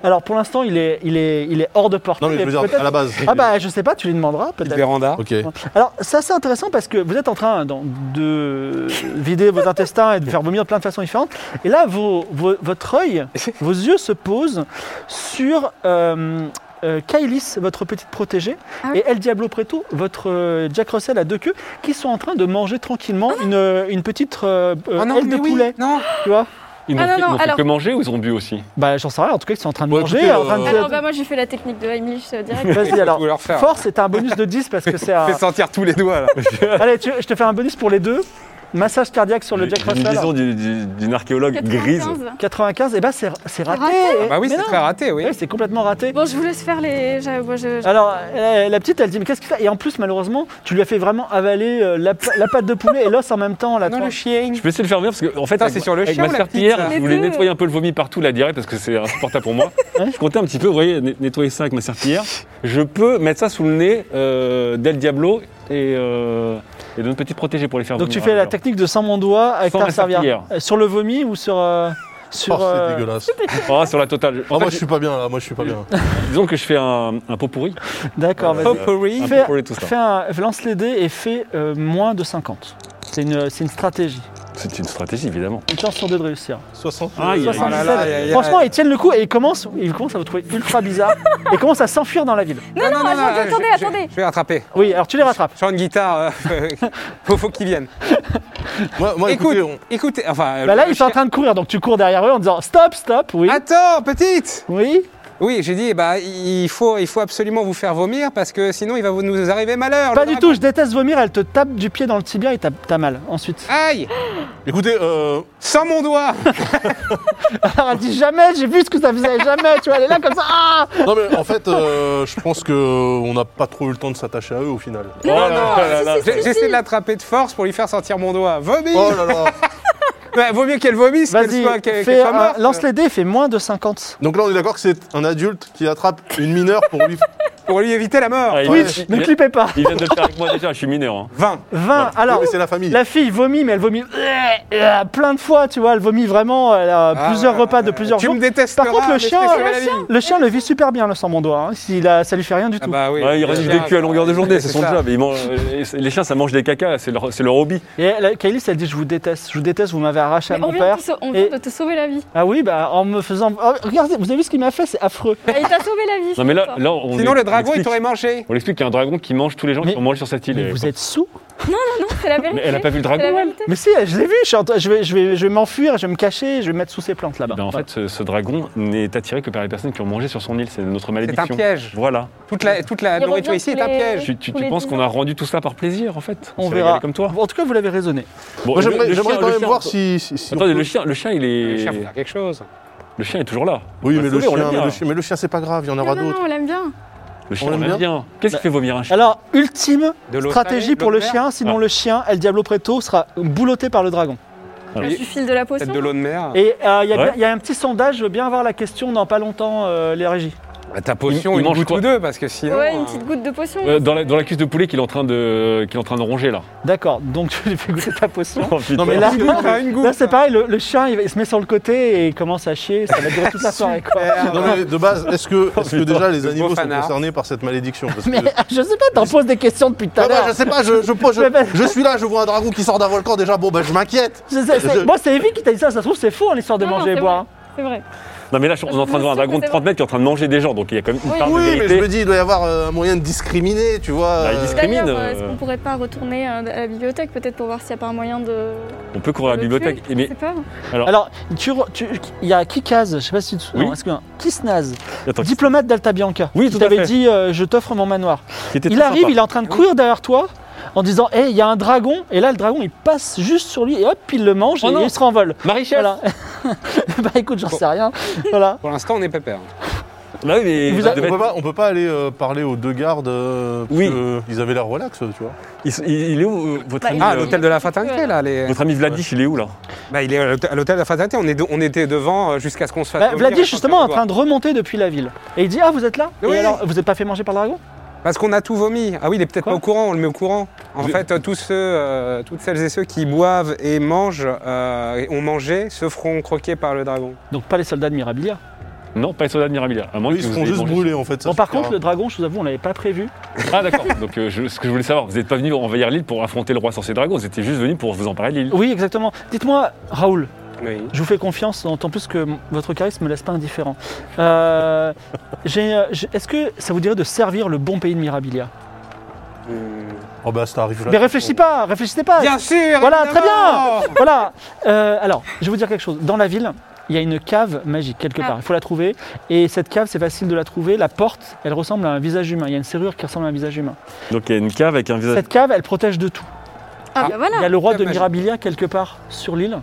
Speaker 3: Alors pour l'instant, il est, il, est, il est hors de portée.
Speaker 4: Non, mais je veux dire,
Speaker 3: peut-être-
Speaker 4: à la base.
Speaker 3: Ah bah je sais pas, tu lui demanderas peut-être.
Speaker 5: Véranda.
Speaker 4: Ok.
Speaker 3: Alors, c'est assez intéressant parce que vous êtes en train d'en- de vider vos intestins et de faire vomir de plein de façons différentes. Et là, vos- vos- votre œil, vos yeux se posent sur euh, euh, Kailis, votre petite protégée,
Speaker 8: Ah oui.
Speaker 3: et El Diablo Preto, votre euh, Jack Russell à deux queues, qui sont en train de manger tranquillement
Speaker 8: Ah
Speaker 3: une, une petite euh, euh,
Speaker 5: Oh non,
Speaker 3: aile de
Speaker 5: mais oui.
Speaker 3: poulet.
Speaker 5: Non.
Speaker 3: Tu vois
Speaker 7: Ils
Speaker 8: Ah
Speaker 7: n'ont
Speaker 8: non,
Speaker 7: fait-
Speaker 8: non,
Speaker 7: ils n'ont fait
Speaker 8: alors-
Speaker 7: que manger ou ils ont bu aussi
Speaker 3: Bah, j'en sais rien. En tout cas, ils sont en train de
Speaker 4: Bon,
Speaker 3: manger.
Speaker 4: écoutez,
Speaker 3: en train de-
Speaker 4: euh,
Speaker 8: Alors bah moi j'ai fait la technique de Heimlich euh, direct.
Speaker 3: Vas-y, alors.
Speaker 5: Vous leur faire.
Speaker 3: Force, c'est un bonus de 10 parce que c'est un...
Speaker 5: Fais sentir tous les doigts là.
Speaker 3: Allez, tu- je te fais un bonus pour les deux. Massage cardiaque sur le
Speaker 7: J'ai-
Speaker 3: Jack
Speaker 7: j'ai une
Speaker 3: Russell.
Speaker 7: vision du- du- d'une archéologue
Speaker 8: 95.
Speaker 7: grise.
Speaker 3: 95, et bah c'est c'est raté.
Speaker 8: raté.
Speaker 3: Eh,
Speaker 5: Bah oui,
Speaker 3: mais
Speaker 5: c'est
Speaker 3: non.
Speaker 5: très raté, oui.
Speaker 3: Ouais, c'est complètement raté.
Speaker 8: Bon, je vous laisse faire les. j'a- moi, je- je-
Speaker 3: Alors euh, la petite, elle dit mais qu'est-ce que ça Et en plus, malheureusement, tu lui as fait vraiment avaler euh, la, pa- la patte de poulet et l'os en même temps. La
Speaker 5: Non, le
Speaker 3: tranche.
Speaker 5: chien.
Speaker 7: Je peux essayer de faire bien parce que en fait,
Speaker 5: Putain,
Speaker 7: avec
Speaker 5: c'est
Speaker 7: ma-
Speaker 5: sur le
Speaker 7: avec
Speaker 5: chien
Speaker 7: ma
Speaker 5: ou la
Speaker 7: serpillière,
Speaker 5: petite, là
Speaker 7: je voulais
Speaker 8: Les deux.
Speaker 7: nettoyer un peu le vomi partout, la diarrhée parce que c'est insupportable pour moi. je comptais un petit peu, vous voyez, net- nettoyer ça avec ma serpillière. Je peux mettre ça sous le nez euh, d'El Diablo et, euh, et de notre petite protégée pour les faire.
Speaker 3: Donc tu
Speaker 7: venir,
Speaker 3: fais la
Speaker 7: alors.
Speaker 3: technique de sans mon doigt avec
Speaker 7: Sans
Speaker 3: ta
Speaker 7: ma
Speaker 3: serviette
Speaker 7: serpillière.
Speaker 3: Euh, sur le vomi ou sur euh,
Speaker 4: Oh,
Speaker 3: sur.
Speaker 4: c'est
Speaker 3: euh,
Speaker 4: dégueulasse.
Speaker 7: Ah, sur la totale. En
Speaker 4: Ah,
Speaker 7: fait,
Speaker 4: moi je suis pas bien là, moi je suis pas bien.
Speaker 7: Disons que je fais un, un pot pourri.
Speaker 3: D'accord,
Speaker 7: Euh,
Speaker 3: vas-y.
Speaker 5: Potpourri.
Speaker 7: Un
Speaker 3: Fais-
Speaker 7: pot
Speaker 5: hein.
Speaker 7: pourri tout ça.
Speaker 3: Fais un- lance les dés et fais euh, moins de 50. C'est une, c'est une stratégie.
Speaker 7: C'est une stratégie, évidemment.
Speaker 3: Une chance sur deux de réussir.
Speaker 4: 60.
Speaker 7: Aïe, aïe,
Speaker 5: Oh là là, aïe, aïe, aïe.
Speaker 3: Franchement, ils tiennent le coup et ils commencent, ils commencent à vous trouver ultra bizarre et commencent à s'enfuir dans la ville.
Speaker 8: Non, Ah, non, attendez,
Speaker 5: je-
Speaker 8: attendez,
Speaker 5: je-
Speaker 8: attendez.
Speaker 5: Je vais rattraper.
Speaker 3: Oui, alors tu les rattrapes.
Speaker 5: Sur une guitare, euh, faut, faut qu'ils viennent.
Speaker 4: Moi, moi,
Speaker 5: Écoute,
Speaker 4: écoutez, on-
Speaker 5: écoutez, enfin.
Speaker 3: Oh, Bah là,
Speaker 5: le
Speaker 3: ils sont en
Speaker 5: chien-
Speaker 3: train de courir, donc tu cours derrière eux en disant stop, stop, oui,
Speaker 5: Attends, petite
Speaker 3: oui.
Speaker 5: Oui, j'ai dit, bah, il faut, il faut absolument vous faire vomir parce que sinon il va vous- nous arriver malheur.
Speaker 3: Pas
Speaker 5: le
Speaker 3: du
Speaker 5: dragon.
Speaker 3: tout, je déteste vomir, elle te tape du pied dans le tibia et t'as t'as mal ensuite.
Speaker 5: Aïe
Speaker 4: écoutez, euh,
Speaker 5: Sans mon doigt
Speaker 3: Alors elle dit jamais, j'ai vu ce que ça faisait, jamais, tu vois, elle est là comme ça. Ah
Speaker 4: non mais en fait, euh, je pense que on n'a pas trop eu le temps de s'attacher à eux au final.
Speaker 7: Oh là là là.
Speaker 5: J'ai- J'essaie de l'attraper de force pour lui faire sortir mon doigt. Vomir
Speaker 4: Oh là là
Speaker 5: Ouais, Vaut mieux qu'elle vomisse qu'elle
Speaker 3: Vas-y,
Speaker 5: soit, qu'elle-
Speaker 3: fais
Speaker 5: qu'elle soit
Speaker 3: un-
Speaker 5: morte.
Speaker 3: lance les dés, fais moins de 50.
Speaker 4: Donc là, on est d'accord que c'est un adulte qui attrape une mineure pour lui.
Speaker 5: euh, Pour lui éviter la mort.
Speaker 7: Ah, il-
Speaker 3: Oui,
Speaker 7: il-
Speaker 3: ne
Speaker 7: il-
Speaker 3: clipez pas.
Speaker 7: Ils viennent de le faire avec moi déjà, je suis mineur. hein.
Speaker 5: 20.
Speaker 3: 20, alors.
Speaker 4: mais c'est la famille.
Speaker 3: La fille vomit, mais elle vomit euh, euh, plein de fois, tu vois. Elle vomit vraiment elle a
Speaker 5: Ah,
Speaker 3: Euh, plusieurs
Speaker 5: ouais,
Speaker 3: repas de
Speaker 5: ouais.
Speaker 3: plusieurs
Speaker 5: tu
Speaker 3: jours.
Speaker 5: me détestes.
Speaker 3: Par contre, le chien,
Speaker 8: le chien.
Speaker 3: Le chien le vit super bien, le sang mon doigt. hein. S'il a- ça lui fait rien du tout.
Speaker 5: bah oui.
Speaker 7: Ouais, Ah, il reste
Speaker 5: Le
Speaker 7: des
Speaker 5: chien,
Speaker 7: culs à longueur de journée, c'est
Speaker 5: c'est
Speaker 7: son
Speaker 5: ça.
Speaker 7: job. Ils mangent- euh, et les chiens, ça mange des cacas, c'est leur, c'est leur hobby.
Speaker 3: Et elle- Kailis, elle dit Je vous déteste, je vous déteste, vous m'avez arraché à
Speaker 8: Mais on
Speaker 3: mon
Speaker 8: vient,
Speaker 3: père.
Speaker 8: de te, sau- on
Speaker 3: Et-
Speaker 8: vient de te sauver la vie.
Speaker 3: Ah oui, bah en me faisant. Oh, regardez, vous avez vu ce qu'il m'a fait C'est affreux.
Speaker 8: Et Ah, il t'a sauvé la vie.
Speaker 7: Non, mais là,
Speaker 8: toi.
Speaker 7: là on
Speaker 5: Sinon,
Speaker 7: on
Speaker 5: le dragon, il
Speaker 7: explique-
Speaker 5: t'aurait mangé.
Speaker 7: On l'explique qu'il y a un dragon qui mange tous les gens
Speaker 3: Mais-
Speaker 7: qui ont mangé sur cette île.
Speaker 3: Mais
Speaker 7: Et-
Speaker 3: vous êtes sous
Speaker 8: Non, c'est la vérité.
Speaker 7: Mais elle a pas vu le
Speaker 8: C'est la
Speaker 7: dragon, elle
Speaker 8: vérité.
Speaker 3: Mais si, je l'ai vu, je, suis en train- je vais, je vais, je vais m'enfuir, je vais me cacher, je vais me mettre sous ces plantes là-bas.
Speaker 7: Ben, En
Speaker 3: Voilà.
Speaker 7: fait, ce, ce dragon n'est attiré que par les personnes qui ont mangé sur son île, c'est notre
Speaker 5: C'est un
Speaker 7: malédiction.
Speaker 5: piège.
Speaker 7: Voilà.
Speaker 5: Toute la, toute la
Speaker 8: Il
Speaker 5: nourriture
Speaker 8: revient
Speaker 5: ici
Speaker 8: tous
Speaker 5: est un
Speaker 8: les-
Speaker 5: piège.
Speaker 7: Tu, tu-
Speaker 8: Tous
Speaker 7: tu
Speaker 8: les
Speaker 7: penses
Speaker 8: dix
Speaker 7: qu'on
Speaker 8: ans.
Speaker 7: a rendu tout ça par plaisir, en fait
Speaker 3: on
Speaker 7: s'est
Speaker 3: verra.
Speaker 7: régalé comme toi.
Speaker 3: En tout cas, vous l'avez raisonné.
Speaker 7: Bon,
Speaker 4: Moi,
Speaker 7: le-
Speaker 4: j'aimerais
Speaker 7: le
Speaker 4: j'aimerais
Speaker 7: chien-
Speaker 4: quand
Speaker 7: le
Speaker 4: même
Speaker 7: chien-
Speaker 4: voir si. si- si on
Speaker 7: Attendez,
Speaker 4: peut-
Speaker 7: le chien, le chien, il
Speaker 5: Le
Speaker 7: est.
Speaker 5: chien faut faire quelque chose.
Speaker 7: Le chien est toujours là. Bah,
Speaker 4: Oui, mais
Speaker 7: On l'a
Speaker 4: le,
Speaker 7: sauvé, on
Speaker 4: chien,
Speaker 7: l'aime
Speaker 4: mais
Speaker 7: bien.
Speaker 4: le chien, mais le chien, c'est pas grave, il y en aura
Speaker 8: Non, non, non,
Speaker 4: d'autres.
Speaker 8: on l'aime bien.
Speaker 7: Le chien,
Speaker 4: On
Speaker 7: on
Speaker 4: l'aime
Speaker 7: l'aime bien. Qu'est-ce
Speaker 3: Bah-
Speaker 7: qui fait vomir un chien
Speaker 3: Alors, ultime
Speaker 5: De l'eau
Speaker 3: stratégie
Speaker 5: salée,
Speaker 3: pour
Speaker 5: de l'eau
Speaker 3: le
Speaker 5: de mer.
Speaker 3: chien, sinon
Speaker 7: Ah.
Speaker 3: le chien, El Diablo Preto, sera boulotté par le dragon.
Speaker 7: Ah oui.
Speaker 8: Tu files de la
Speaker 5: Peut-être
Speaker 8: potion.
Speaker 5: de l'eau de mer.
Speaker 3: Et euh, il y a
Speaker 7: Ouais.
Speaker 3: bien- il y, a un petit sondage, je veux bien avoir la question dans pas longtemps, euh, les régies.
Speaker 5: Bah, ta potion,
Speaker 7: il
Speaker 5: une
Speaker 7: mange
Speaker 5: goutte
Speaker 7: quoi
Speaker 5: ou deux, parce que sinon.
Speaker 8: Ouais,
Speaker 5: euh,
Speaker 8: une petite goutte de potion.
Speaker 7: Euh, dans, la, dans la cuisse de poulet qu'il est en train de, qu'il est en train de ronger là.
Speaker 3: D'accord, donc tu lui fais goûter ta potion.
Speaker 7: Oh,
Speaker 4: Non, mais
Speaker 3: Et là,
Speaker 5: une goutte, hein, une goutte.
Speaker 3: là, c'est pareil, le, le chien il, va- il se met sur le côté et il commence à chier, ça va durer toute la soirée quoi.
Speaker 5: Merde.
Speaker 4: Non, mais de base, est-ce que, est-ce que déjà les animaux sont
Speaker 5: fanard.
Speaker 4: concernés par cette malédiction Parce que-
Speaker 3: Mais je sais pas, t'en poses des questions depuis tout
Speaker 4: Ah
Speaker 3: à
Speaker 4: bah,
Speaker 3: l'heure.
Speaker 4: je sais pas, je, je, je-
Speaker 3: Mais ben-
Speaker 4: je suis là, je vois un dragon qui sort d'un volcan déjà, bon bah je m'inquiète
Speaker 3: Je sais- c'est-
Speaker 4: je-
Speaker 3: Moi, c'est Evie qui t'a dit ça, ça se trouve, c'est faux hein, l'histoire de
Speaker 8: Non, non,
Speaker 3: manger et
Speaker 8: c'est
Speaker 3: boire. hein.
Speaker 8: C'est vrai.
Speaker 7: Non mais là, on est en train de voir un dragon de 30 mètres qui est en train de manger des gens, donc il y a quand même une
Speaker 8: Oui.
Speaker 7: part de
Speaker 4: Oui, mais je
Speaker 7: vérité.
Speaker 4: me dis, il doit y avoir euh, un moyen de discriminer, tu vois.
Speaker 7: Bah, il
Speaker 4: euh,
Speaker 7: discrimine.
Speaker 8: D'ailleurs,
Speaker 7: Camille,
Speaker 8: euh, est-ce
Speaker 7: euh,
Speaker 8: qu'on pourrait pas retourner euh, à la bibliothèque peut-être pour voir s'il n'y a pas un moyen de.
Speaker 7: On peut courir à la
Speaker 8: de
Speaker 7: bibliothèque.
Speaker 8: tuer
Speaker 7: Mais
Speaker 8: C'est pas.
Speaker 3: Alors, tu re- tu- il y a Kikaz, je sais pas si tu te
Speaker 7: Oui.
Speaker 3: non, est-ce que- Kisnaz,
Speaker 7: attends,
Speaker 3: diplomate d'Alta Bianca.
Speaker 7: Oui,
Speaker 3: qui
Speaker 7: tout à
Speaker 3: t'avait
Speaker 7: fait.
Speaker 3: dit euh, je t'offre mon manoir.
Speaker 7: qui était
Speaker 3: Il
Speaker 7: très
Speaker 3: arrive,
Speaker 7: sympa.
Speaker 3: il est en train de courir derrière toi en disant Hé, il y a un dragon. Et là, le dragon, il passe juste sur lui et hop, il le mange
Speaker 7: Oh
Speaker 3: et
Speaker 7: non.
Speaker 3: il se renvole.
Speaker 7: Marie-Chef
Speaker 3: Voilà. bah écoute, j'en sais rien. Voilà.
Speaker 5: Pour l'instant, on est pépère.
Speaker 7: Bah oui, mais
Speaker 3: Il vous
Speaker 7: ça
Speaker 3: a-
Speaker 4: On
Speaker 7: devait
Speaker 4: peut,
Speaker 7: être-
Speaker 4: pas, on peut pas aller euh, parler aux deux gardes euh, parce
Speaker 7: Oui.
Speaker 4: que ils avaient l'air relax, tu vois.
Speaker 7: il, il est où euh, votre
Speaker 8: Bah,
Speaker 7: ami
Speaker 8: il-
Speaker 5: Ah,
Speaker 7: euh,
Speaker 5: l'hôtel de la fraternité, là. les-
Speaker 7: Votre ami Vladich, il est où là
Speaker 5: Bah, il est à l'hôtel- à l'hôtel de la fraternité. On, est de- on était devant euh, jusqu'à ce qu'on se
Speaker 7: Ah,
Speaker 5: fasse.
Speaker 3: Bah,
Speaker 5: vomir
Speaker 3: Vladi,
Speaker 5: sans
Speaker 3: justement,
Speaker 5: faire
Speaker 3: en train de remonter depuis la ville. Et il dit Ah, vous êtes là
Speaker 5: Oui.
Speaker 3: Et alors, vous êtes pas fait manger par le dragon
Speaker 5: doigt. Parce qu'on a tout vomi. Ah oui, il est peut-être
Speaker 3: Quoi
Speaker 5: pas au courant. On le met au courant. En
Speaker 7: Vous-
Speaker 5: fait, euh, tous ceux, euh, toutes celles et ceux qui boivent et mangent, euh, et ont mangé, se feront croquer par le dragon.
Speaker 3: Donc, pas les soldats de Mirabilia.
Speaker 7: Non, pas les soldats de Mirabilia. À moins
Speaker 4: Oui,
Speaker 7: que
Speaker 4: ils se
Speaker 7: vous
Speaker 4: font
Speaker 7: ayez
Speaker 4: juste
Speaker 7: mangé.
Speaker 4: brûler en fait. ça,
Speaker 3: Bon, par
Speaker 4: c'est
Speaker 3: contre,
Speaker 4: grave.
Speaker 3: le dragon, je vous avoue, on l'avait pas prévu.
Speaker 7: Ah d'accord. Donc euh, je- ce que je voulais savoir, vous n'êtes pas venu envahir l'île pour affronter le roi sorcier dragon, vous étiez juste venu pour vous emparer de l'île.
Speaker 3: Oui, exactement. Dites-moi, Raoul,
Speaker 5: Oui.
Speaker 3: je vous fais confiance, d'autant plus que m- votre charisme me laisse pas indifférent. Euh, j'ai, euh, j'ai- Est-ce que ça vous dirait de servir le bon pays de Mirabilia
Speaker 5: Hum.
Speaker 4: Oh bah, ça arrive là.
Speaker 3: Mais réfléchis pas, réfléchissez pas.
Speaker 5: Ah, Bien sûr
Speaker 3: Voilà, très
Speaker 5: évidemment
Speaker 3: Voilà. Euh, alors, je vais vous dire quelque chose. Dans la ville, il y a une cave magique quelque
Speaker 8: Ah.
Speaker 3: part. Il faut la trouver. Et cette cave, c'est facile de la trouver. La porte, elle ressemble à un visage humain. Il y a une serrure qui ressemble à un visage humain.
Speaker 7: Donc il y a une cave avec un visage.
Speaker 3: Cette cave, elle protège de tout.
Speaker 8: Ah, bah
Speaker 3: Il y
Speaker 8: voilà.
Speaker 3: a le roi
Speaker 5: cave
Speaker 3: de
Speaker 5: magique.
Speaker 3: Mirabilia quelque part sur l'île.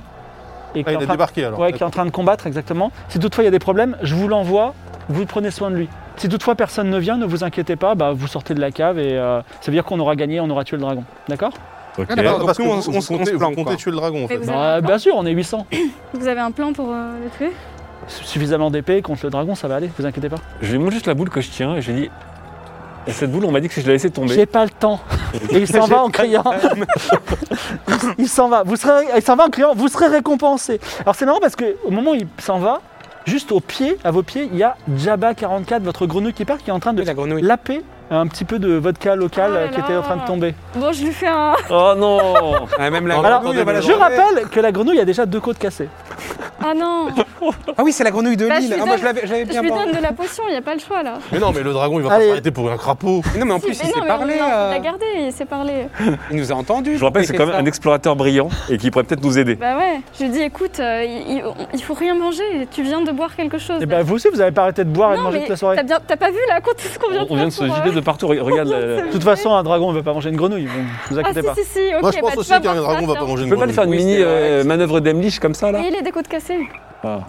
Speaker 3: Et qui
Speaker 4: Ah,
Speaker 3: est
Speaker 4: il
Speaker 3: en
Speaker 4: a
Speaker 3: train-
Speaker 4: débarqué alors.
Speaker 3: Ouais, qui est en train de combattre, exactement. Si toutefois il y a des problèmes, je vous l'envoie, vous prenez soin de lui. Si toutefois personne ne vient, ne vous inquiétez pas, bah, vous sortez de la cave et euh, ça veut dire qu'on aura gagné, on aura tué le dragon. D'accord
Speaker 7: Ok.
Speaker 5: Ah, d'accord.
Speaker 4: Ah, parce
Speaker 5: Donc,
Speaker 4: que
Speaker 5: nous, on-
Speaker 4: vous-
Speaker 5: on
Speaker 4: vous
Speaker 5: se- on
Speaker 4: comptez-
Speaker 5: se
Speaker 4: vous
Speaker 5: planque,
Speaker 4: comptez
Speaker 5: quoi.
Speaker 4: tuer le dragon en
Speaker 8: Mais
Speaker 4: fait.
Speaker 8: vous avez,
Speaker 3: Bah,
Speaker 8: un plan,
Speaker 3: Bien sûr, on est 800.
Speaker 8: vous avez un plan pour euh, le tuer
Speaker 3: Suffisamment d'épées contre le dragon, ça va aller, vous inquiétez pas.
Speaker 7: Je lui montre juste la boule que je tiens et je lui dis. Et cette boule, on m'a dit que si je la laissais tomber.
Speaker 3: J'ai pas le temps. Et il s'en va en criant. il s'en va. Vous serez, il s'en va en criant. Vous serez récompensé. Alors c'est marrant parce que au moment où il s'en va, Juste au pied, à vos pieds, il y a Jabba44, votre grenouille qui part, qui est en train de
Speaker 5: la grenouille.
Speaker 3: laper un petit peu de vodka local
Speaker 8: Oh là
Speaker 3: euh, qui
Speaker 8: là.
Speaker 3: était en train de tomber.
Speaker 8: Bon, je lui fais un.
Speaker 7: Oh non
Speaker 5: Ah, même la
Speaker 7: Alors,
Speaker 3: Alors,
Speaker 5: grenouille, elle va la
Speaker 3: je
Speaker 5: trouver.
Speaker 3: rappelle que la grenouille a déjà deux côtes cassées.
Speaker 8: Ah non
Speaker 5: Ah oui, c'est la grenouille de
Speaker 8: Bah, je
Speaker 5: Lille.
Speaker 8: lui
Speaker 5: Ah, moi,
Speaker 8: donne-
Speaker 5: je l'avais je l'avais
Speaker 8: Je
Speaker 5: bien
Speaker 8: lui
Speaker 5: pensé.
Speaker 8: donne de la potion, il n'y a pas le choix là.
Speaker 4: Mais non, mais le dragon, il va
Speaker 3: Allez.
Speaker 4: pas s'arrêter pour un crapaud.
Speaker 5: Non, mais en
Speaker 8: Si,
Speaker 5: plus,
Speaker 8: mais
Speaker 5: il
Speaker 8: non,
Speaker 5: s'est
Speaker 8: mais on-
Speaker 5: parlé.
Speaker 8: non,
Speaker 5: euh,
Speaker 8: Il a gardé, il s'est parlé.
Speaker 5: Il nous a entendus.
Speaker 7: Je vous rappelle,
Speaker 5: Il
Speaker 7: c'est
Speaker 5: fait
Speaker 7: quand même
Speaker 5: ça.
Speaker 7: un explorateur brillant et qui pourrait peut-être nous aider.
Speaker 8: Bah ouais. Je lui dis, écoute, euh, il, il- il faut rien manger. Tu viens de boire quelque chose. Bah,
Speaker 3: Et bah, vous aussi, vous avez pas arrêté de boire et de
Speaker 8: non,
Speaker 3: manger
Speaker 8: mais
Speaker 3: toute la soirée.
Speaker 8: t'as bien- t'as pas vu là quoi, tout ce qu'on vient
Speaker 7: On,
Speaker 8: de
Speaker 7: on vient de
Speaker 8: faire
Speaker 7: se
Speaker 8: pour, euh,
Speaker 7: gider de partout. Re- Regarde, euh, la- la-
Speaker 8: se-
Speaker 3: De toute façon, un dragon ne veut pas manger une grenouille, vous, vous
Speaker 8: Ah
Speaker 3: inquiétez
Speaker 8: si,
Speaker 3: pas.
Speaker 8: si, si, ok.
Speaker 4: Moi, je pense
Speaker 8: bah, tu
Speaker 4: aussi
Speaker 8: vas
Speaker 4: qu'un
Speaker 8: voir
Speaker 4: dragon
Speaker 8: ça,
Speaker 4: va
Speaker 8: ça.
Speaker 4: pas manger
Speaker 7: on
Speaker 4: une
Speaker 7: peut pas lui faire une
Speaker 5: Oui, c'est
Speaker 7: mini euh,
Speaker 5: vrai.
Speaker 7: manœuvre d'Emlich comme ça là
Speaker 8: Mais il est des côtes cassées.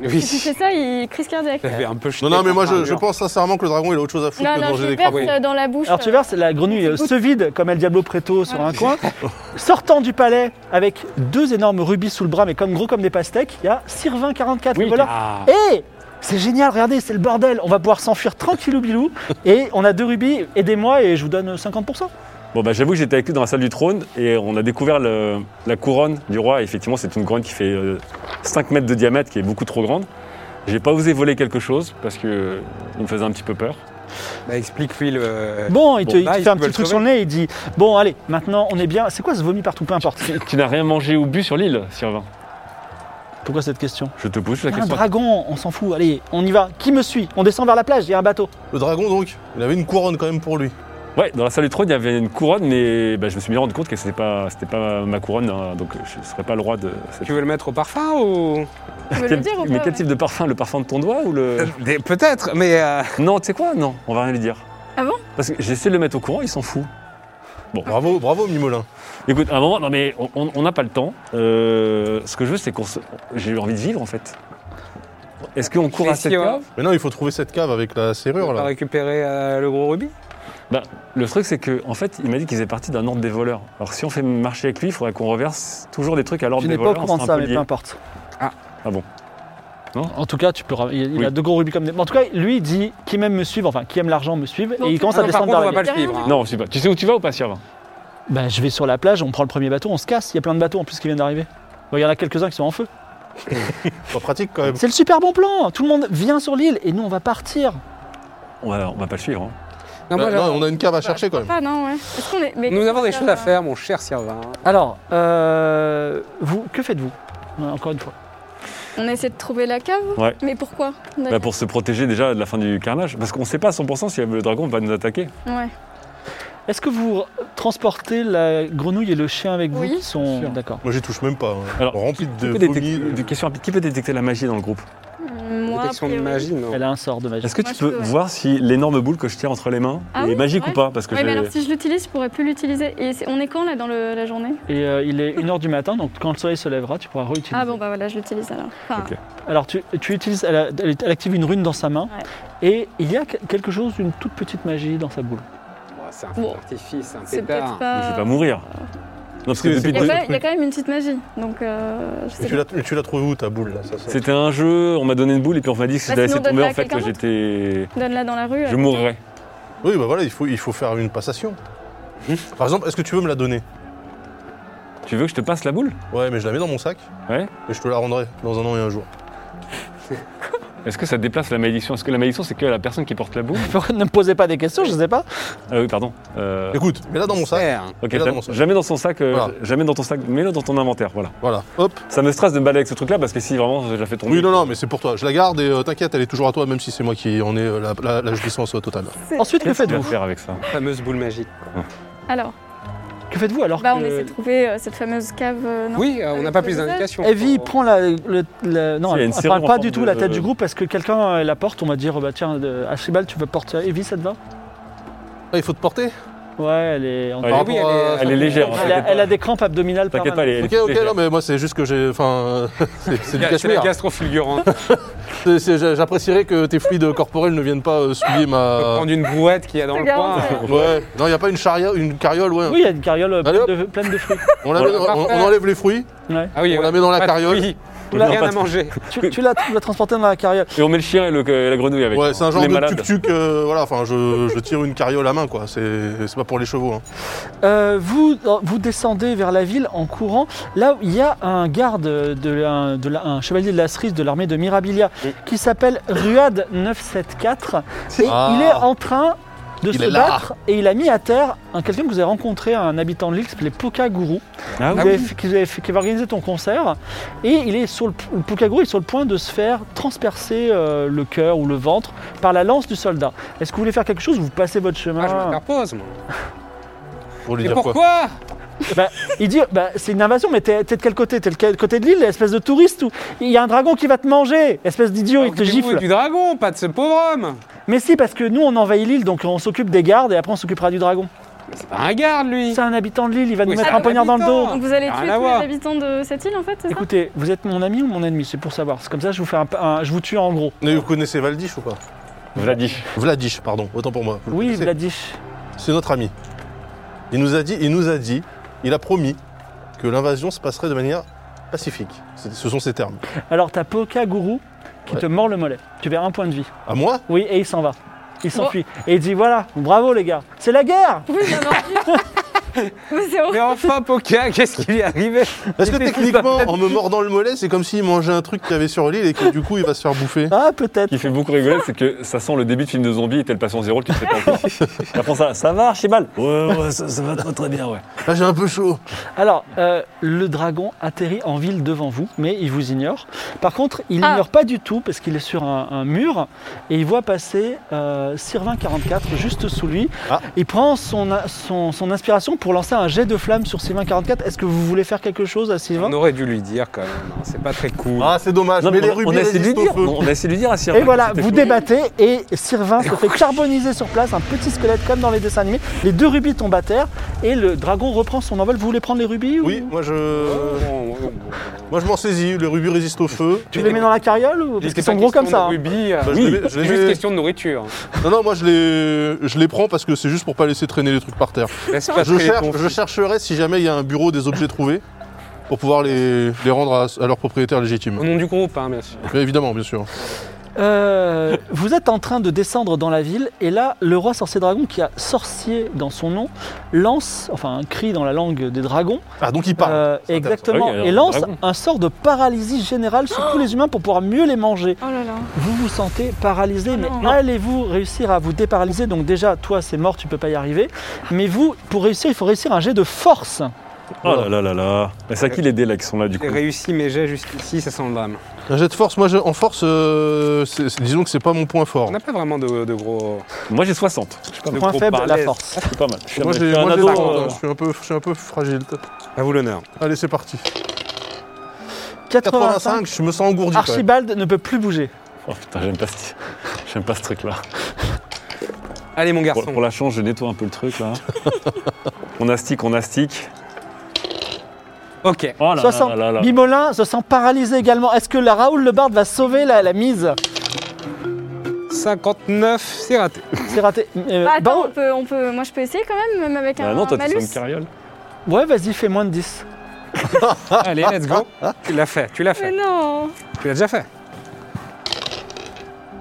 Speaker 5: Oui.
Speaker 8: Si tu fais ça, il crise cardiaque.
Speaker 7: Ah.
Speaker 5: J'avais un peu chié
Speaker 4: Non, non, mais moi, je,
Speaker 5: contre
Speaker 4: je
Speaker 5: un mur.
Speaker 4: pense sincèrement que le dragon, il a autre chose à foutre
Speaker 8: Non,
Speaker 4: que de
Speaker 8: non,
Speaker 4: manger
Speaker 8: je
Speaker 4: des
Speaker 8: lui
Speaker 4: crapauds.
Speaker 8: perce
Speaker 5: crapauds.
Speaker 8: euh, dans la bouche.
Speaker 3: Alors tu verses la grenouille euh, se vide comme El Diablo Preto sur
Speaker 8: Voilà. Oh.
Speaker 3: un coin, sortant du palais avec deux énormes rubis sous le bras, mais comme gros comme des pastèques, il y a Sirvin44, le voleur.
Speaker 5: Ah.
Speaker 3: Et c'est génial, regardez, c'est le bordel, on va pouvoir s'enfuir tranquillou bilou, et on a deux rubis, aidez-moi et je vous donne 50%.
Speaker 7: Bon, bah j'avoue que j'étais avec lui dans la salle du trône et on a découvert le- la couronne du roi. Et effectivement, c'est une couronne qui fait euh, 5 mètres de diamètre, qui est beaucoup trop grande. J'ai pas osé voler quelque chose parce que euh, il me faisait un petit peu peur.
Speaker 5: Bah, explique-lui le.
Speaker 3: Bon, il te,
Speaker 5: Bon,
Speaker 3: il te
Speaker 5: bah,
Speaker 3: fait un
Speaker 5: ils veulent
Speaker 3: petit truc sur le nez, il dit, bon allez, maintenant on est bien, c'est quoi ce vomi partout, peu importe.
Speaker 7: Tu, tu n'as rien mangé ou bu sur l'île, Sylvain
Speaker 3: Pourquoi cette question
Speaker 7: Je te pose la
Speaker 3: Il y a un
Speaker 7: question.
Speaker 3: dragon, on s'en fout, allez, on y va. Qui me suit On descend vers la plage, il y a un bateau.
Speaker 4: Le dragon, donc, il avait une couronne quand même pour lui.
Speaker 7: Ouais, dans la salle du trône, il y avait une couronne, mais bah, je me suis bien rendu compte que c'était pas, c'était pas ma couronne, hein, donc je ne serais pas le roi de cette.
Speaker 5: Tu veux le mettre au parfum ou. Euh,
Speaker 8: Tu veux le
Speaker 7: Quel-
Speaker 8: dire ou
Speaker 7: mais
Speaker 8: pas
Speaker 7: quel
Speaker 8: ouais Euh.
Speaker 7: type de parfum Le parfum de ton doigt ou le.
Speaker 5: Des- Peut-être, mais. euh,
Speaker 7: Non, tu sais quoi Non, on va rien lui dire.
Speaker 8: Ah bon
Speaker 7: Parce que j'essaie de le mettre au courant, il s'en fout.
Speaker 4: Bravo, bravo, Mimolin.
Speaker 7: Écoute, à un moment, non mais on- on on n'a pas le temps. Euh, ce que je veux, c'est qu'on se... J'ai envie de vivre en fait. Est-ce qu'on court
Speaker 5: Mais
Speaker 7: à
Speaker 5: si,
Speaker 7: cette
Speaker 5: ouais.
Speaker 3: hein.
Speaker 7: cave
Speaker 4: Mais non, il faut trouver cette cave avec la serrure,
Speaker 5: On va
Speaker 4: Oh là.
Speaker 5: récupérer euh, le gros rubis
Speaker 7: Le truc, c'est que en fait, il m'a dit qu'ils faisaient partie d'un ordre des voleurs. Alors si on fait marcher avec lui, il faudrait qu'on reverse toujours des trucs à l'ordre
Speaker 3: Je
Speaker 7: des
Speaker 3: n'ai pas au
Speaker 7: voleurs.
Speaker 3: courant de
Speaker 7: on
Speaker 3: ça,
Speaker 7: sera un peu
Speaker 3: mais peu
Speaker 7: liés.
Speaker 3: importe.
Speaker 7: Ah bon.
Speaker 3: En tout cas, tu peux. ra- Il il
Speaker 7: Oui.
Speaker 3: a deux gros rubis comme des. En tout cas, lui il dit qui m'aime me suivre, enfin qui aime l'argent me suive,
Speaker 8: Bon,
Speaker 3: et il
Speaker 8: tu-
Speaker 3: commence
Speaker 5: Ah
Speaker 3: à
Speaker 5: non, Par
Speaker 3: descendre vers
Speaker 5: contre,
Speaker 3: la
Speaker 5: on va pas
Speaker 3: ville.
Speaker 5: le suivre. hein.
Speaker 7: Non, je sais pas. Tu sais où tu vas ou pas, Sylvain
Speaker 3: Bah, je vais sur la plage, on prend le premier bateau, on se casse. Il y a plein de bateaux en plus qui viennent d'arriver. Bon, Il y en a quelques-uns qui sont en feu.
Speaker 4: Pas pratique, quand même.
Speaker 3: C'est le super bon plan. Tout le monde vient sur l'île et nous on va partir.
Speaker 7: on va, on va pas le suivre. hein.
Speaker 5: Non,
Speaker 4: Bah,
Speaker 5: moi,
Speaker 4: non, on a une cave à chercher, quand même.
Speaker 8: Pas, Ah, non, ouais. Est-ce qu'on est. mais
Speaker 5: Nous
Speaker 8: qu'est-ce
Speaker 5: avons des
Speaker 8: que
Speaker 5: choses
Speaker 8: ça
Speaker 5: à faire, mon cher hein. Sylvain.
Speaker 3: Alors, euh, vous, que faites-vous Ouais, Euh, Encore une fois.
Speaker 8: On essaie de trouver la cave
Speaker 7: Ouais.
Speaker 8: Mais pourquoi
Speaker 7: Bah, pour se protéger déjà de la fin du carnage. Parce qu'on sait pas à 100% si le dragon va nous attaquer.
Speaker 8: Ouais.
Speaker 3: Est-ce que vous transportez la grenouille et le chien avec vous
Speaker 8: Oui.
Speaker 3: qui sont
Speaker 7: Sûr.
Speaker 3: d'accord
Speaker 4: Moi, j'y touche même pas. hein.
Speaker 7: Alors,
Speaker 4: Rempli
Speaker 7: Qui
Speaker 4: de euh,
Speaker 7: peut,
Speaker 4: vomi.
Speaker 7: détecter,
Speaker 4: de-
Speaker 7: une question rapide. Qui peut détecter la magie dans le groupe
Speaker 8: Moi.
Speaker 5: Détection
Speaker 8: a
Speaker 5: de
Speaker 8: priori-
Speaker 5: magie, non.
Speaker 3: Elle a un sort de magie.
Speaker 7: Est-ce que
Speaker 8: Moi,
Speaker 7: tu
Speaker 8: je
Speaker 7: peux
Speaker 8: peux, ouais.
Speaker 7: voir si l'énorme boule que je tiens entre les mains
Speaker 8: Ah
Speaker 7: est
Speaker 8: oui,
Speaker 7: magique
Speaker 8: ouais.
Speaker 7: ou pas Parce que
Speaker 8: Ouais, mais
Speaker 7: j'ai-
Speaker 8: alors si je l'utilise, je pourrais plus l'utiliser. Et c'est- on est quand là dans le- la journée
Speaker 3: Et euh, il est 1h du matin, donc quand le soleil se lèvera, tu pourras réutiliser.
Speaker 8: Ah bon, bah voilà, je l'utilise alors. Enfin,
Speaker 7: Ok.
Speaker 3: Alors tu, tu utilises, elle, a- elle- elle active une rune dans sa main et il y a que- quelque chose, une toute petite magie dans sa boule.
Speaker 5: Oh, C'est un
Speaker 8: Bon.
Speaker 5: artifice, un
Speaker 8: c'est peut-être
Speaker 5: pétard.
Speaker 7: Mais Je vais
Speaker 8: pas.
Speaker 7: pas mourir. Non, parce que
Speaker 4: C'est-
Speaker 7: depuis
Speaker 8: Il y, a
Speaker 4: Ouais,
Speaker 8: quand
Speaker 4: le
Speaker 8: même, il y a
Speaker 4: truc.
Speaker 8: quand même une petite magie, donc euh, je
Speaker 4: Mais
Speaker 8: sais
Speaker 4: tu
Speaker 8: pas.
Speaker 4: l'as- mais tu l'as trouvé où, ta boule, là ça, ça
Speaker 7: C'était un jeu, on m'a donné une boule et puis on m'a dit que si
Speaker 8: Bah,
Speaker 7: je la laissais
Speaker 8: sinon,
Speaker 7: tomber,
Speaker 8: donne-la
Speaker 7: en fait,
Speaker 8: à
Speaker 7: que
Speaker 8: quelqu'un
Speaker 7: j'étais.
Speaker 8: Donne-la dans la rue. euh.
Speaker 7: Je mourrais.
Speaker 4: Oui, bah voilà, il faut, il faut faire une passation. Par exemple, est-ce que tu veux me la donner
Speaker 7: Tu veux que je te passe la boule
Speaker 4: Ouais, mais je la mets dans mon sac.
Speaker 7: Ouais.
Speaker 4: Et je te la rendrai dans un an et un jour.
Speaker 7: Est-ce que ça déplace la malédiction Est-ce que la malédiction, c'est que la personne qui porte la boule
Speaker 3: ne me posez pas des questions, je ne sais pas.
Speaker 7: Ah oui, pardon. Euh,
Speaker 4: Écoute, mets-la dans mon sac.
Speaker 5: Mystère.
Speaker 7: ok,
Speaker 4: mets-la dans
Speaker 7: t'as-
Speaker 4: mon sac.
Speaker 7: jamais dans son sac, euh,
Speaker 4: Voilà.
Speaker 7: jamais dans ton sac, mets-le dans ton inventaire, voilà.
Speaker 4: Voilà, hop.
Speaker 7: Ça me stresse de me balader avec ce truc-là parce que si vraiment je la fais tomber.
Speaker 4: Oui, non, non, mais c'est pour toi. Je la garde et euh, t'inquiète, elle est toujours à toi, même si c'est moi qui en ai euh, la, la, la jouissance euh, totale.
Speaker 3: Ensuite, que
Speaker 7: Qu'est-ce que tu vas
Speaker 3: faites-vous
Speaker 7: faire avec ça
Speaker 5: Fameuse boule magique.
Speaker 8: Alors,
Speaker 3: Que faites-vous alors
Speaker 8: bah on
Speaker 3: que
Speaker 8: essaie de trouver euh, cette fameuse cave. euh, non
Speaker 5: Oui, euh, on n'a pas plus
Speaker 8: Avec le
Speaker 5: d'indications.
Speaker 4: Eh,
Speaker 3: Evie
Speaker 5: Faut-
Speaker 3: prend la, le- le- non,
Speaker 7: Si, il y a
Speaker 3: elle
Speaker 7: une
Speaker 3: ne
Speaker 7: serrure
Speaker 3: parle pas
Speaker 7: en
Speaker 3: du
Speaker 7: forme
Speaker 3: tout
Speaker 7: de-
Speaker 3: la tête du groupe parce que quelqu'un euh, la porte. On va dire, bah tiens, euh, Archibald, tu veux porter Evie, ça te va
Speaker 4: Ah, il faut te porter
Speaker 3: Ouais, elle est. en-
Speaker 7: Elle
Speaker 4: Par
Speaker 7: est-
Speaker 5: oui,
Speaker 4: rapport à-
Speaker 5: elle
Speaker 7: Elle est légère. hein,
Speaker 3: Elle a,
Speaker 7: t'inquiète
Speaker 3: elle a
Speaker 7: pas.
Speaker 3: des crampes abdominales.
Speaker 7: T'inquiète pas, elle est.
Speaker 4: Ok,
Speaker 7: elle est
Speaker 4: ok,
Speaker 7: légère.
Speaker 4: non, mais moi c'est juste que j'ai. Enfin, euh, c'est- c'est du
Speaker 5: Ga- C'est la
Speaker 4: cachemire.
Speaker 5: gastro-fulgurante.
Speaker 4: Euh. C'est- c'est- j'a- J'apprécierais que tes fluides corporels ne viennent pas euh, souiller ma.
Speaker 5: Prendre une brouette qu'il y a dans le
Speaker 8: Regarde,
Speaker 5: coin.
Speaker 8: c'est-
Speaker 4: Ouais, non, il n'y a pas une, charia, une carriole, ouais.
Speaker 3: Oui, il y a une carriole euh,
Speaker 4: Allez,
Speaker 3: pleine de, pleine de fruits.
Speaker 4: On, la met- on- on enlève les fruits,
Speaker 3: Ouais.
Speaker 5: Ah oui,
Speaker 4: on la
Speaker 5: euh,
Speaker 4: met dans la
Speaker 5: pas de
Speaker 4: carriole.
Speaker 5: fruits.
Speaker 7: On
Speaker 3: Là,
Speaker 7: vient
Speaker 5: Rien
Speaker 7: pas
Speaker 5: à manger.
Speaker 3: Tu, tu l'as tu l'as transporté dans la carriole.
Speaker 7: de- Et on met le chien et, le- et la grenouille avec.
Speaker 4: Ouais, c'est un
Speaker 7: On
Speaker 4: genre
Speaker 7: est
Speaker 4: de
Speaker 7: malade.
Speaker 4: tuk-tuk, euh, voilà, enfin, je, je tire une carriole à main, quoi. C'est c'est pas pour les chevaux. hein.
Speaker 3: Euh, vous, vous descendez vers la ville en courant. Là, il y a un garde, de la- de la- un chevalier de la cerise de l'armée de Mirabilia
Speaker 4: Oui.
Speaker 3: qui s'appelle Ruad 974. Et
Speaker 4: Ah.
Speaker 3: il est en train de
Speaker 4: Il
Speaker 3: se
Speaker 4: est là.
Speaker 3: battre et il a mis à terre un quelqu'un que vous avez rencontré, un habitant de l'île qui s'appelait Pokagourou,
Speaker 7: Ah
Speaker 3: qui, avait fait- qui avait fait- qui avait organisé ton concert. Et il est sur le, p- le Pokagourou est sur le point de se faire transpercer euh, le cœur ou le ventre par la lance du soldat. Est-ce que vous voulez faire quelque chose ou vous passez votre chemin
Speaker 5: Ah, je m'interpose, moi.
Speaker 4: Pour lui
Speaker 5: Et
Speaker 4: dire quoi Oh,
Speaker 5: pourquoi
Speaker 3: Il dit, bah, c'est une invasion, mais t'es t'es de quel côté T'es le quel- côté de l'île, espèce de touriste ou Il y a un dragon qui va te manger, espèce d'idiot, il te
Speaker 5: Occupez-vous
Speaker 3: gifle.
Speaker 5: du dragon, pas de ce pauvre homme.
Speaker 3: Mais si, parce que nous, on envahit l'île, donc on s'occupe des gardes et après on s'occupera du dragon.
Speaker 5: C'est pas un garde, lui.
Speaker 3: C'est un habitant de l'île, il va
Speaker 5: Oui,
Speaker 3: nous
Speaker 5: c'est
Speaker 3: mettre
Speaker 5: un
Speaker 3: un poignard dans le dos.
Speaker 5: habitant.
Speaker 8: Donc vous allez
Speaker 5: Rien
Speaker 8: tuer
Speaker 5: à
Speaker 8: tous
Speaker 5: voir.
Speaker 8: les habitants de cette île en fait, c'est ça
Speaker 3: Écoutez, vous êtes mon ami ou mon ennemi C'est pour savoir. C'est comme ça, je vous fais un, un- je vous tue en gros.
Speaker 4: Mais Vous connaissez Valdish ou pas
Speaker 7: Vladish.
Speaker 4: Vladish, pardon, autant pour moi. Vous le
Speaker 3: Oui,
Speaker 4: connaissez
Speaker 3: Vladish.
Speaker 4: C'est notre ami. Il nous a dit, il nous a dit, il a promis que l'invasion se passerait de manière pacifique. C'est- Ce sont ses termes.
Speaker 3: Alors t'as Poka Gourou qui
Speaker 4: Ouais.
Speaker 3: te mord le mollet. Tu perds un point de vie.
Speaker 4: À moi
Speaker 3: Oui, et il s'en va. Il s'enfuit. Et il dit voilà, bravo les gars, c'est la guerre
Speaker 8: Oui, bien entendu. Mais c'est
Speaker 5: Mais
Speaker 8: horrible.
Speaker 5: enfin, Poca, qu'est-ce qui lui est arrivé
Speaker 4: Est-ce que
Speaker 5: Il fait
Speaker 4: techniquement, en me mordant le mollet, c'est comme s'il mangeait un truc qu'il y avait sur l'île et que du coup il va se faire bouffer
Speaker 3: Ah, peut-être.
Speaker 7: qui fait beaucoup rigoler, c'est que ça sent le début de film de zombie et t'es le patient zéro qui te fait pas Après ça, ça va, Archibald Ouais, ouais, ça, ça va très très bien, ouais.
Speaker 4: Là j'ai un peu chaud.
Speaker 3: Alors, euh, le dragon atterrit en ville devant vous, mais il vous ignore. Par contre, il
Speaker 8: Ah.
Speaker 3: n'ignore pas du tout parce qu'il est sur un, un mur et il voit passer euh, Sirvin 44 juste sous lui.
Speaker 4: Ah.
Speaker 3: Il prend son, son, son inspiration pour lancer un jet de flamme sur Sylvain 44. Est-ce que vous voulez faire quelque chose à Sylvain
Speaker 5: On aurait dû lui dire quand même, hein, c'est pas très cool.
Speaker 4: Ah c'est dommage,
Speaker 7: Non,
Speaker 4: mais
Speaker 7: mais
Speaker 4: les
Speaker 7: on, on
Speaker 4: rubis
Speaker 7: a essayé de lui
Speaker 4: résistent au
Speaker 7: dire,
Speaker 4: feu.
Speaker 7: on a essayé de lui dire à Sierra.
Speaker 3: Et voilà, vous
Speaker 7: débattez.
Speaker 3: débattez et Sylvain se fait carboniser sur place, un petit squelette comme dans les dessins animés. Les deux rubis tombent à terre et le dragon reprend son envol. Vous voulez prendre les rubis ou-
Speaker 4: Oui, moi je.
Speaker 5: Bon, bon, bon.
Speaker 4: Moi je m'en saisis, les rubis résistent au feu.
Speaker 3: Tu les mets dans la carriole ou
Speaker 5: Il
Speaker 3: Parce
Speaker 5: était
Speaker 3: qu'ils sont
Speaker 5: pas
Speaker 3: gros
Speaker 5: question
Speaker 3: comme ça.
Speaker 5: de
Speaker 3: hein.
Speaker 5: rubis, euh,
Speaker 4: Bah, je
Speaker 7: Oui,
Speaker 4: les mets- je
Speaker 5: C'est
Speaker 4: les
Speaker 5: juste
Speaker 4: mets-
Speaker 5: question de nourriture. hein.
Speaker 4: Non, non, moi je les, je les prends parce que c'est juste pour pas laisser traîner les trucs par terre.
Speaker 5: Laisse pas
Speaker 4: Je,
Speaker 5: traîner
Speaker 4: cherche-
Speaker 5: ton-
Speaker 4: je chercherai si jamais il y a un bureau des objets trouvés pour pouvoir les, les rendre à, à leur propriétaire légitime.
Speaker 5: Au nom du groupe, hein, bien sûr.
Speaker 4: Bien évidemment, bien sûr.
Speaker 3: Euh, vous êtes en train de descendre dans la ville et là, le roi sorcier dragon qui a sorcier dans son nom lance, enfin un cri dans la langue des dragons,
Speaker 4: Ah, donc il parle.
Speaker 3: euh,
Speaker 4: c'est
Speaker 3: exactement,
Speaker 7: intéressant. Ah oui, alors,
Speaker 3: et lance
Speaker 7: dragon.
Speaker 3: un sort de paralysie générale sur tous les humains pour pouvoir mieux les manger.
Speaker 8: Oh là là.
Speaker 3: Vous vous sentez paralysé, mais
Speaker 8: Ah non.
Speaker 3: allez-vous réussir à vous déparalyser Donc déjà, toi c'est mort, tu peux pas y arriver. Mais vous, pour réussir, il faut réussir un jet de force.
Speaker 7: Oh là là là là. Mais c'est à qui les délais qui sont là du coup
Speaker 5: J'ai réussi mes jets jusqu'ici, ça sent le drame.
Speaker 7: Euh.
Speaker 4: Un jet de force, moi je- en force, euh, c'est- c'est- disons que c'est pas mon point fort.
Speaker 5: On n'a pas vraiment de, de gros.
Speaker 7: Moi j'ai 60.
Speaker 5: de
Speaker 3: Point
Speaker 5: gros
Speaker 3: faible, la
Speaker 5: balaises.
Speaker 3: force.
Speaker 7: C'est pas mal. Je suis
Speaker 4: Moi
Speaker 7: un- je
Speaker 4: j'ai
Speaker 7: suis un
Speaker 4: moi, j'ai
Speaker 7: ado.
Speaker 4: 40,
Speaker 7: euh,
Speaker 4: hein, je, suis un peu, je suis un peu fragile.
Speaker 5: À vous l'honneur.
Speaker 4: Allez, c'est parti.
Speaker 3: 85,
Speaker 4: 85, je me sens engourdi. quand même.
Speaker 3: Archibald ne peut plus bouger.
Speaker 7: Oh putain, j'aime pas ce, j'aime pas ce truc là.
Speaker 5: Allez, mon
Speaker 7: Pour,
Speaker 5: garçon.
Speaker 7: pour la chance, je nettoie un peu le truc là. on astique, on astique.
Speaker 5: Ok.
Speaker 7: Oh là
Speaker 3: 60.
Speaker 7: là là là.
Speaker 3: Bimolin se sent paralysé également. Est-ce que la Raoul Le Barde va sauver la, la mise
Speaker 5: 59, c'est raté.
Speaker 3: C'est raté. Euh,
Speaker 8: Bah, attends,
Speaker 3: Barou-
Speaker 8: on peut, on peut, moi je peux essayer quand même, même avec
Speaker 7: Bah
Speaker 8: un
Speaker 7: non, toi t'es
Speaker 8: malus.
Speaker 7: sur une carriole.
Speaker 3: Ouais, vas-y, fais moins de 10.
Speaker 5: Allez, let's go. Tu l'as fait, tu l'as
Speaker 8: Mais
Speaker 5: fait.
Speaker 8: non
Speaker 5: Tu l'as déjà fait.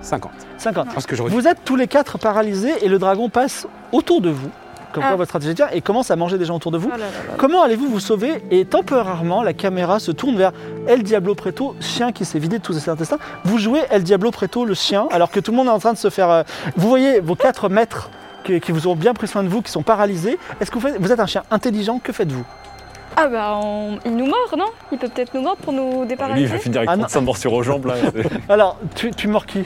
Speaker 5: 50.
Speaker 3: 50.
Speaker 5: Je
Speaker 7: Ah
Speaker 5: pense que j'aurais dû.
Speaker 3: Vous êtes tous les quatre paralysés et le dragon passe autour de vous, comme
Speaker 8: Ah.
Speaker 3: quoi votre stratégie tient, et commence à manger des gens autour de vous.
Speaker 8: Oh là là là.
Speaker 3: Comment allez-vous vous sauver Et temporairement, la caméra se tourne vers El Diablo Preto, chien qui s'est vidé de tous ses intestins. Vous jouez El Diablo Preto, le chien, alors que tout le monde est en train de se faire. euh, Vous voyez vos quatre maîtres qui, qui vous ont bien pris soin de vous, qui sont paralysés. Est-ce que vous, faites... vous êtes un chien intelligent Que faites-vous
Speaker 8: Ah bah, on- il nous mord, non Il peut peut-être nous mordre pour nous
Speaker 7: Ah, Lui il va
Speaker 8: déparalyser
Speaker 7: finir avec
Speaker 3: Ah non.
Speaker 7: 35 morsures aux jambes là.
Speaker 3: Alors, tu, tu mords qui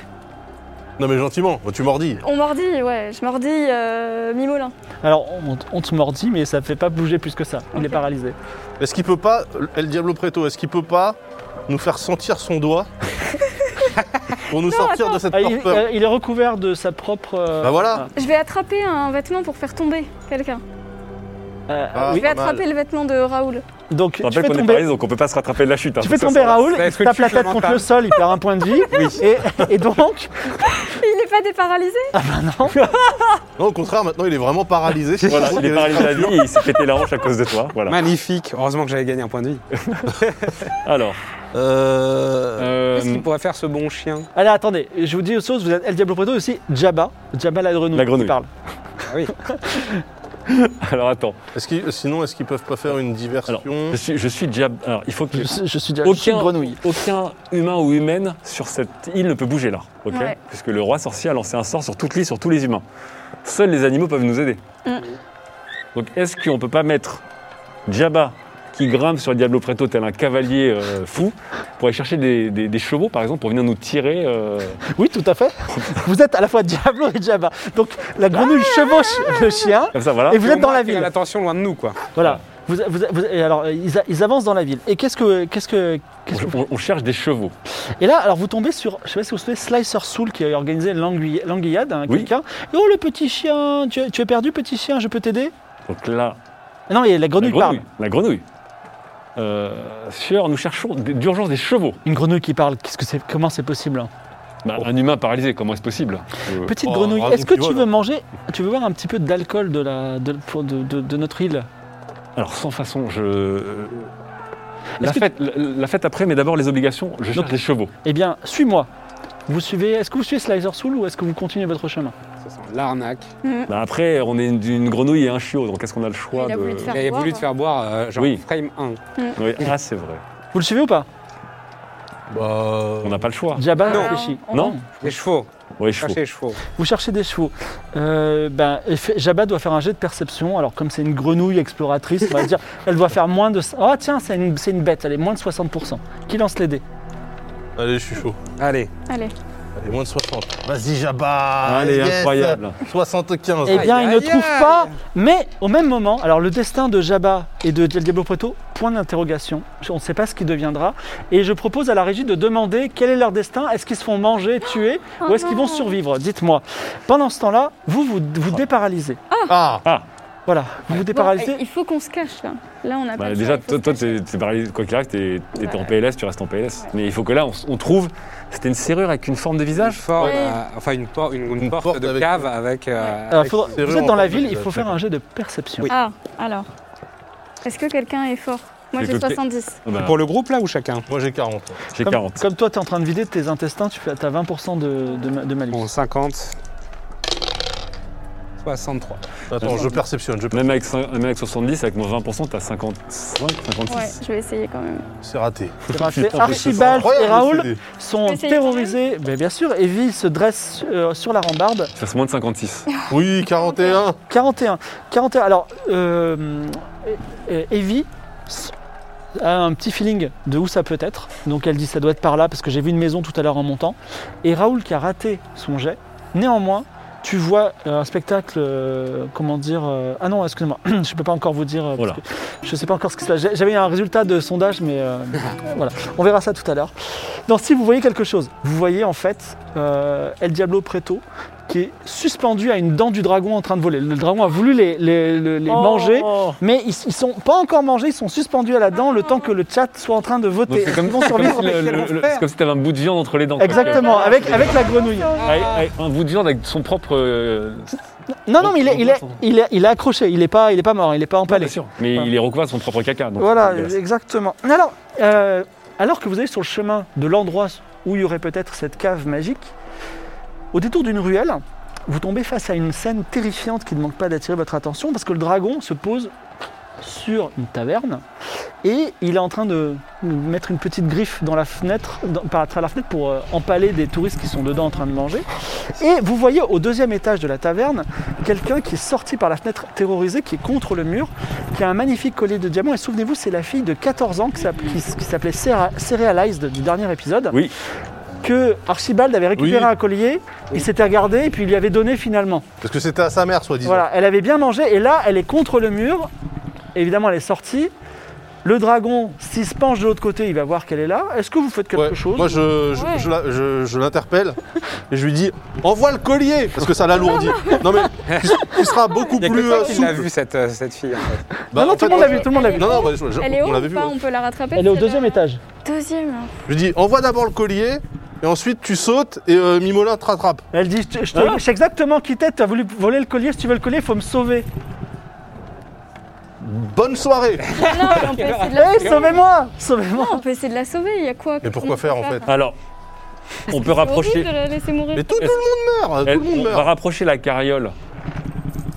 Speaker 4: Non, mais gentiment, tu mordis.
Speaker 8: On mordit, ouais, je mordis euh, Mimolin.
Speaker 3: Alors, on, on te mordit, mais ça ne fait pas bouger plus que ça. Il est
Speaker 8: Ok.
Speaker 3: paralysé.
Speaker 4: Est-ce qu'il peut pas, El Diablo Preto, est-ce qu'il peut pas nous faire sentir son doigt pour nous sortir de cette
Speaker 3: Ah, il,
Speaker 4: torpeur
Speaker 3: euh, il est recouvert de sa propre. euh,
Speaker 4: Bah voilà.
Speaker 8: Je vais attraper un vêtement pour faire tomber
Speaker 7: Ah
Speaker 8: quelqu'un.
Speaker 3: euh, euh,
Speaker 4: Ah.
Speaker 8: Je
Speaker 3: oui.
Speaker 8: vais
Speaker 4: pas mal.
Speaker 8: attraper le vêtement de Raoul.
Speaker 3: Donc,
Speaker 7: Je
Speaker 3: tu
Speaker 7: rappelle
Speaker 3: fais
Speaker 7: qu'on est
Speaker 3: tomber.
Speaker 7: paralysé donc on peut pas se rattraper de la chute. hein.
Speaker 3: Tu fais
Speaker 7: Ça,
Speaker 3: tomber
Speaker 7: ça-
Speaker 3: Raoul,
Speaker 5: ça
Speaker 3: il
Speaker 5: va
Speaker 3: se
Speaker 5: être
Speaker 3: tape
Speaker 5: une
Speaker 3: la
Speaker 5: chute
Speaker 3: tête contre
Speaker 5: lamentable.
Speaker 3: le sol, il perd un point de vie. et, et donc,
Speaker 8: Il n'est pas déparalysé
Speaker 4: Non, au contraire, maintenant il est vraiment paralysé.
Speaker 7: Voilà, il est paralysé à vie et il s'est pété la hanche à cause de toi. Voilà.
Speaker 5: Magnifique. Heureusement que j'avais gagné un point de vie.
Speaker 7: Alors,
Speaker 4: Euh,
Speaker 7: Euh,
Speaker 5: Qu'est-ce qu'il pourrait faire ce bon chien
Speaker 3: Allez, attendez, je vous dis une chose, vous êtes El Diablo Preto et aussi, Jabba, Jabba la grenouille.
Speaker 7: La
Speaker 3: qui
Speaker 7: grenouille.
Speaker 3: parle.
Speaker 5: Ah oui.
Speaker 7: Alors attends,
Speaker 4: est-ce qu'ils- sinon, est-ce qu'ils peuvent pas faire une diversion
Speaker 7: je suis, je suis Jab. Alors il faut que
Speaker 3: Je, suis- je suis déjà je suis
Speaker 7: aucun,
Speaker 3: une grenouille.
Speaker 7: aucun humain ou humaine sur cette île ne peut bouger là, ok
Speaker 8: Ouais.
Speaker 7: Puisque le roi sorcier a lancé un sort sur toute l'île, sur tous les humains. Seuls les animaux peuvent nous aider.
Speaker 8: Mm.
Speaker 7: Donc est-ce qu'on peut pas mettre Jabba qui grimpe sur Diablo Preto tel un cavalier euh, fou pour aller chercher des, des- des chevaux par exemple pour venir nous tirer euh,
Speaker 3: Oui, tout à fait. vous êtes à la fois Diablo et Jabba. Donc la grenouille
Speaker 7: Ah.
Speaker 3: chevauche le chien.
Speaker 7: comme ça voilà
Speaker 3: Et vous
Speaker 5: Au
Speaker 3: êtes dans
Speaker 5: moins
Speaker 3: la
Speaker 5: qu'il a
Speaker 3: ville.
Speaker 5: L'attention loin de nous, quoi.
Speaker 3: Voilà. Vous, vous- vous- et alors, euh, ils, a- ils avancent dans la ville. Et qu'est-ce que. Qu'est-ce que, qu'est-ce que
Speaker 7: on, on cherche des chevaux.
Speaker 3: Et là, alors vous tombez sur, je sais pas si vous vous souvenez, Slicer Soul qui a organisé l'angui- l'anguillade, hein,
Speaker 7: Oui.
Speaker 3: quelqu'un. Et oh le petit chien, tu, es- tu es perdu petit chien, je peux t'aider
Speaker 7: Donc là,
Speaker 3: Non, et la grenouille,
Speaker 7: la grenouille.
Speaker 3: parle.
Speaker 7: La grenouille. Euh, Sieur, nous cherchons d- d'urgence des chevaux.
Speaker 3: Une grenouille qui parle, qu'est-ce que c'est Comment c'est possible hein
Speaker 7: Bah, Un humain paralysé, comment est-ce possible Euh,
Speaker 3: Petite
Speaker 4: Oh,
Speaker 3: grenouille,
Speaker 4: bravo,
Speaker 3: est-ce que
Speaker 4: tu
Speaker 3: tu
Speaker 4: vois,
Speaker 3: veux manger Tu veux boire un petit peu d'alcool de, la- de, pour- de- de- de notre île
Speaker 7: Alors sans façon, je. La
Speaker 3: Est-ce que-
Speaker 7: fête, la, la fête après, mais d'abord les obligations. Je cherche
Speaker 3: Donc-
Speaker 7: des chevaux.
Speaker 3: Eh bien, suis-moi. Vous suivez Est-ce que vous suivez Slicer Soul ou est-ce que vous continuez votre chemin
Speaker 5: Ça sent l'arnaque.
Speaker 7: Bah, après, on est une, une grenouille et un chiot, donc est-ce qu'on a le choix
Speaker 8: Il a
Speaker 7: de.
Speaker 8: voulu te faire
Speaker 5: Il a
Speaker 8: boire.
Speaker 5: voulu te faire boire, euh, genre
Speaker 7: Oui.
Speaker 5: frame 1.
Speaker 7: Oui, Ah, c'est vrai.
Speaker 3: Vous le suivez ou pas
Speaker 4: Bah,
Speaker 7: On n'a pas le choix.
Speaker 3: Jabba
Speaker 5: Non.
Speaker 3: réfléchit.
Speaker 7: Ah. Non
Speaker 5: Les chevaux.
Speaker 7: Oui,
Speaker 5: Cherchez
Speaker 7: chevaux.
Speaker 5: les chevaux.
Speaker 3: Vous cherchez des chevaux. Euh, ben, eff- Jabba doit faire un jet de perception. Alors, comme c'est une grenouille exploratrice, on va dire, elle doit faire moins de. Ah, tiens, c'est une, c'est une bête, elle est moins de 60%. Qui lance les dés
Speaker 4: Allez, je suis chaud.
Speaker 5: Allez.
Speaker 8: Allez.
Speaker 4: Allez, moins de 60. Vas-y, Jabba
Speaker 7: Allez,
Speaker 4: Ah, yes
Speaker 7: incroyable.
Speaker 4: 75.
Speaker 3: Eh bien, il
Speaker 5: Oh, aïe,
Speaker 3: ne
Speaker 5: aïe,
Speaker 3: trouve
Speaker 5: aïe.
Speaker 3: pas, mais au même moment, alors le destin de Jabba et de Del Diablo Preto, point d'interrogation. On ne sait pas ce qui deviendra. Et je propose à la régie de demander quel est leur destin. Est-ce qu'ils se font manger, tuer,
Speaker 5: Oh
Speaker 3: ou est-ce qu'ils vont
Speaker 8: non.
Speaker 3: survivre Dites-moi. Pendant ce temps-là, vous vous,
Speaker 5: Oh.
Speaker 3: vous déparalysez.
Speaker 4: Ah
Speaker 3: Voilà, vous vous
Speaker 8: Bon, eh,
Speaker 3: déparalysez.
Speaker 8: il faut qu'on se cache là. Là, on a
Speaker 7: Bah,
Speaker 8: pas. le
Speaker 7: déjà,
Speaker 8: choix, il faut
Speaker 7: toi,
Speaker 8: se
Speaker 7: toi,
Speaker 8: cacher.
Speaker 7: t'es t'es paralysé, quoi qu'il arrive, t'es t'es
Speaker 8: Ouais.
Speaker 7: en PLS, tu restes en PLS. Mais il faut que là, on, s- on trouve. C'était une serrure avec une forme de
Speaker 5: Une
Speaker 7: visage
Speaker 5: forme,
Speaker 8: Ouais.
Speaker 5: euh, enfin, une, por- une- une
Speaker 4: Une
Speaker 5: porte,
Speaker 4: porte
Speaker 5: de
Speaker 4: avec-
Speaker 5: cave avec. euh,
Speaker 3: Alors,
Speaker 5: avec-
Speaker 3: faudra-
Speaker 4: Ah, c'est
Speaker 3: vous
Speaker 4: vraiment
Speaker 3: êtes dans la
Speaker 4: pas
Speaker 3: ville,
Speaker 4: mal,
Speaker 3: il faut faire
Speaker 4: d'accord.
Speaker 3: un jet de perception.
Speaker 5: Oui.
Speaker 8: Ah, alors. Est-ce que quelqu'un est fort Moi,
Speaker 7: Mais
Speaker 8: j'ai
Speaker 7: que-
Speaker 8: 70.
Speaker 7: Bah,
Speaker 5: Pour le groupe là ou chacun
Speaker 4: Moi, j'ai 40.
Speaker 7: J'ai
Speaker 3: Comme,
Speaker 7: 40.
Speaker 3: comme toi, tu es en train de vider tes intestins, tu as 20% de, de, ma- de malus.
Speaker 5: Bon, 50. 63.
Speaker 4: Attends, je perceptionne, je perceptionne.
Speaker 7: Même avec, cin- même avec 70, avec moins 20%, t'as 55, 56.
Speaker 8: Ouais, je vais essayer quand même.
Speaker 4: C'est raté.
Speaker 3: C'est raté.
Speaker 7: Putain,
Speaker 3: Archibald et
Speaker 4: Incroyable,
Speaker 3: Raoul
Speaker 4: ce dé.
Speaker 3: sont
Speaker 8: Je vais essayer quand même.
Speaker 3: terrorisés. Mais bien sûr, Evie se dresse euh, sur la rambarde.
Speaker 7: Ça fait moins de 56.
Speaker 4: Oui, 41.
Speaker 3: 41. 41. Alors, euh, euh, Evie s- a un petit feeling de où ça peut être. Donc elle dit ça doit être par là parce que j'ai vu une maison tout à l'heure en montant. Et Raoul qui a raté son jet, néanmoins, tu vois euh, un spectacle, euh, comment dire... euh, ah non, excuse-moi, je ne peux pas encore vous dire... euh, parce
Speaker 7: Voilà.
Speaker 3: que je ne sais pas encore ce que c'est. J'ai- J'avais un résultat de sondage, mais euh, voilà. On verra ça tout à l'heure. Donc si vous voyez quelque chose, vous voyez en fait euh, El Diablo Preto qui est suspendu à une dent du dragon en train de voler. Le dragon a voulu les, les- les- les
Speaker 7: Oh.
Speaker 3: manger, mais ils, ils sont pas encore mangés, ils sont suspendus à la dent le temps que le chat soit en train de
Speaker 7: Donc
Speaker 3: voter.
Speaker 7: c'est comme,
Speaker 3: Ils vont
Speaker 7: c'est comme
Speaker 3: survivre.
Speaker 7: si le-
Speaker 5: mais
Speaker 7: le-
Speaker 5: ils vont
Speaker 7: le-
Speaker 5: faire.
Speaker 7: c'est comme si t'avais un bout de viande entre les dents. quoi.
Speaker 3: Exactement, avec, avec la grenouille.
Speaker 7: Avec- avec un bout de viande avec son propre. euh,
Speaker 3: Non, non, mais il est, il est, il est- il est accroché, il n'est pas, il est pas mort, il n'est pas empalé.
Speaker 7: sûr. Mais il est recouvert de son propre caca. donc
Speaker 3: Voilà,
Speaker 7: c'est dégueulasse.
Speaker 3: exactement. Alors, euh, alors que vous allez sur le chemin de l'endroit où il y aurait peut-être cette cave magique, au détour d'une ruelle, vous tombez face à une scène terrifiante qui ne manque pas d'attirer votre attention parce que le dragon se pose sur une taverne et il est en train de mettre une petite griffe dans la fenêtre, dans- par à travers la fenêtre pour euh, empaler des touristes qui sont dedans en train de manger. Et vous voyez au deuxième étage de la taverne quelqu'un qui est sorti par la fenêtre terrorisé, qui est contre le mur, qui a un magnifique collier de diamants. Et souvenez-vous, c'est la fille de 14 ans qui s'app- qui s- qui s'appelait Cera- Cerealized du dernier épisode.
Speaker 7: Oui.
Speaker 3: Que Archibald avait récupéré
Speaker 4: Oui.
Speaker 3: un collier, il s'était regardé et puis il lui avait donné finalement.
Speaker 4: Parce que c'était à sa mère, soi-disant.
Speaker 3: Voilà, elle avait bien mangé et là, elle est contre le mur. Évidemment, elle est sortie. Le dragon, s'il se penche de l'autre côté, il va voir qu'elle est là. Est-ce que vous faites quelque
Speaker 4: Ouais.
Speaker 3: chose
Speaker 4: Moi, je, je,
Speaker 8: Ouais.
Speaker 4: je la- je- je l'interpelle et je lui dis Envoie le collier Parce que ça l'alourdit. non, mais tu, tu seras beaucoup
Speaker 5: Il y a
Speaker 4: plus.
Speaker 5: que toi
Speaker 4: euh,
Speaker 5: qui l'a
Speaker 4: souple.
Speaker 5: vu cette, euh, cette fille. En fait.
Speaker 4: Bah,
Speaker 3: Non, non,
Speaker 4: en
Speaker 3: tout le
Speaker 4: fait,
Speaker 3: monde l'a vu, tout le monde l'a vu.
Speaker 4: Non, non, bah, je- je-
Speaker 8: Elle est
Speaker 4: on
Speaker 8: haut
Speaker 4: l'avait
Speaker 8: ou
Speaker 4: vu.
Speaker 8: pas
Speaker 4: ouais.
Speaker 8: On peut la rattraper
Speaker 3: Elle est au
Speaker 8: c'est la-
Speaker 3: deuxième étage.
Speaker 8: Deuxième. hein.
Speaker 4: Je lui dis Envoie d'abord le collier et ensuite tu sautes et euh, Mimolin te rattrape.
Speaker 3: Elle dit, je, te- je te-
Speaker 4: Hein
Speaker 3: je sais exactement qui t'es, tu as voulu voler le collier, si tu veux le collier, il faut me sauver.
Speaker 4: bonne soirée
Speaker 8: Non, mais on peut essayer de
Speaker 3: Hé,
Speaker 8: la sauver.
Speaker 3: Eh, sauvez-moi Sauvez-moi
Speaker 8: On peut essayer de la sauver, il y a quoi
Speaker 4: Mais pourquoi faire en fait
Speaker 7: Alors, on peut
Speaker 8: C'est horrible
Speaker 7: rapprocher.
Speaker 8: de la laisser mourir.
Speaker 4: Mais tout, tout le monde meurt hein,
Speaker 7: Elle-
Speaker 4: Tout le monde
Speaker 7: on va
Speaker 4: meurt
Speaker 7: rapprocher la carriole.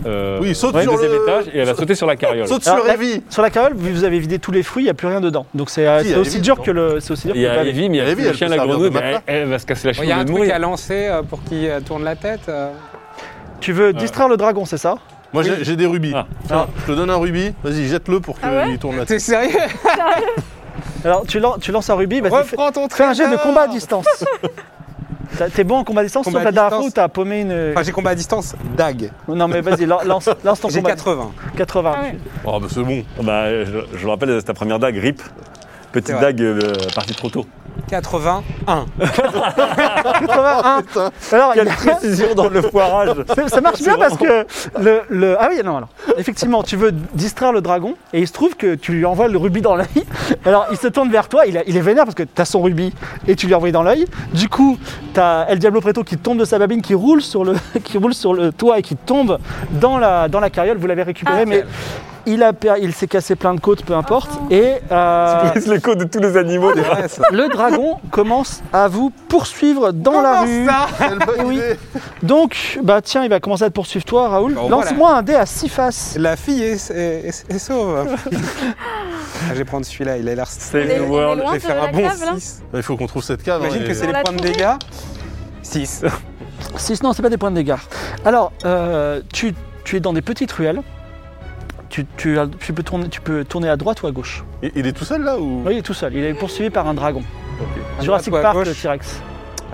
Speaker 7: Euh,
Speaker 4: Oui, saute
Speaker 7: ouais,
Speaker 4: sur
Speaker 7: deuxième
Speaker 4: le-
Speaker 7: étage et elle va
Speaker 4: saute-
Speaker 7: sauter sur la carriole.
Speaker 4: Saute
Speaker 3: Alors,
Speaker 4: sur
Speaker 3: la-
Speaker 4: Evie
Speaker 3: Sur la carriole, vu que vous avez vidé tous les fruits, il n'y a plus rien dedans. Donc c'est euh,
Speaker 4: Si, il y
Speaker 3: c'est
Speaker 4: a
Speaker 3: aussi
Speaker 4: Evie
Speaker 3: dur
Speaker 4: dedans.
Speaker 3: que le. C'est aussi dur
Speaker 7: Il
Speaker 3: que
Speaker 7: y a
Speaker 3: le
Speaker 7: Evie, mais il y a
Speaker 4: Evie,
Speaker 7: le
Speaker 4: elle
Speaker 7: chien,
Speaker 4: peut
Speaker 7: la
Speaker 4: servir de
Speaker 7: grenouille, mais elle,
Speaker 4: matelas.
Speaker 7: elle va se casser la
Speaker 5: Oh, Il
Speaker 7: cheville
Speaker 5: y a un
Speaker 7: de
Speaker 5: truc
Speaker 7: mourir.
Speaker 5: à lancer euh, pour qu'il euh, tourne la tête. euh.
Speaker 3: Tu veux distraire le dragon, c'est ça
Speaker 4: Moi j'ai j'ai des rubis.
Speaker 7: Ah.
Speaker 4: Tiens, je te donne un rubis, vas-y jette-le pour qu'il
Speaker 8: Ah ouais
Speaker 4: tourne la tête.
Speaker 5: T'es sérieux
Speaker 3: Alors tu, lan- tu lances un rubis, vas-y, fais,
Speaker 5: Reprends ton
Speaker 3: fais un jet de
Speaker 5: trésor.
Speaker 3: combat à distance. T'as- T'es bon en combat à distance,
Speaker 5: Combat
Speaker 3: sauf la
Speaker 5: à
Speaker 3: dernière fois
Speaker 5: distance.
Speaker 3: où t'as paumé une.
Speaker 5: Enfin, j'ai combat à distance, dague.
Speaker 3: Non mais vas-y, lan- lance, lance ton
Speaker 5: J'ai
Speaker 3: combat.
Speaker 5: 80.
Speaker 3: 80.
Speaker 8: Ah ouais.
Speaker 4: Oh bah c'est bon.
Speaker 7: Bah, je, je le rappelle, c'est ta première dague, rip.
Speaker 5: C'est
Speaker 7: Petite
Speaker 5: vrai.
Speaker 7: dague euh, partie trop tôt.
Speaker 5: 81.
Speaker 3: 81. Alors, il y a-
Speaker 7: précision dans le foirage
Speaker 3: ça- ça marche bien parce que le, le- ah oui non alors effectivement tu veux distraire le dragon et il se trouve que tu lui envoies le rubis dans l'œil alors il se tourne vers toi il, a- il est vénère parce que t'as son rubis et tu lui envoies dans l'œil du coup t'as El Diablo Preto qui tombe de sa babine qui roule sur le qui roule sur le toit et qui tombe dans la dans la carriole vous l'avez récupéré
Speaker 8: Ah.
Speaker 3: mais il a per- il s'est cassé plein de côtes peu importe et euh,
Speaker 7: Brise les côtes de tous les animaux.
Speaker 5: C'est vrai, ça.
Speaker 3: le dragon commence à vous poursuivre dans la rue
Speaker 4: Quelle bonne
Speaker 3: oui.
Speaker 4: idée.
Speaker 3: Donc, bah tiens, il va commencer à te poursuivre toi, Raoul.
Speaker 5: Bon, voilà.
Speaker 3: Lance-moi un dé à 6 faces.
Speaker 5: La fille est, est- est- est sauve. Ah, je vais prendre celui-là, il a l'air.
Speaker 7: Save
Speaker 8: Il est-
Speaker 7: the
Speaker 8: il est
Speaker 7: world.
Speaker 5: Je
Speaker 8: loin.
Speaker 5: vais faire un
Speaker 8: la
Speaker 5: bon
Speaker 8: cave, là
Speaker 5: 6.
Speaker 4: Il faut qu'on trouve cette cave. hein,
Speaker 5: Imagine
Speaker 4: et-
Speaker 5: que c'est
Speaker 8: On
Speaker 5: les
Speaker 8: l'a
Speaker 5: points de
Speaker 8: trouvé.
Speaker 5: dégâts. 6.
Speaker 3: 6, non, c'est pas des points de dégâts. Alors, euh, tu, tu es dans des petites ruelles. Tu, tu as- tu peux tourner, tu peux tourner à droite ou à gauche.
Speaker 4: Il, il est tout seul là ou
Speaker 3: Oui, il est tout seul. Il est poursuivi par un dragon.
Speaker 5: À
Speaker 3: Jurassic
Speaker 5: droite ou à
Speaker 3: Park,
Speaker 5: gauche
Speaker 3: le T-Rex.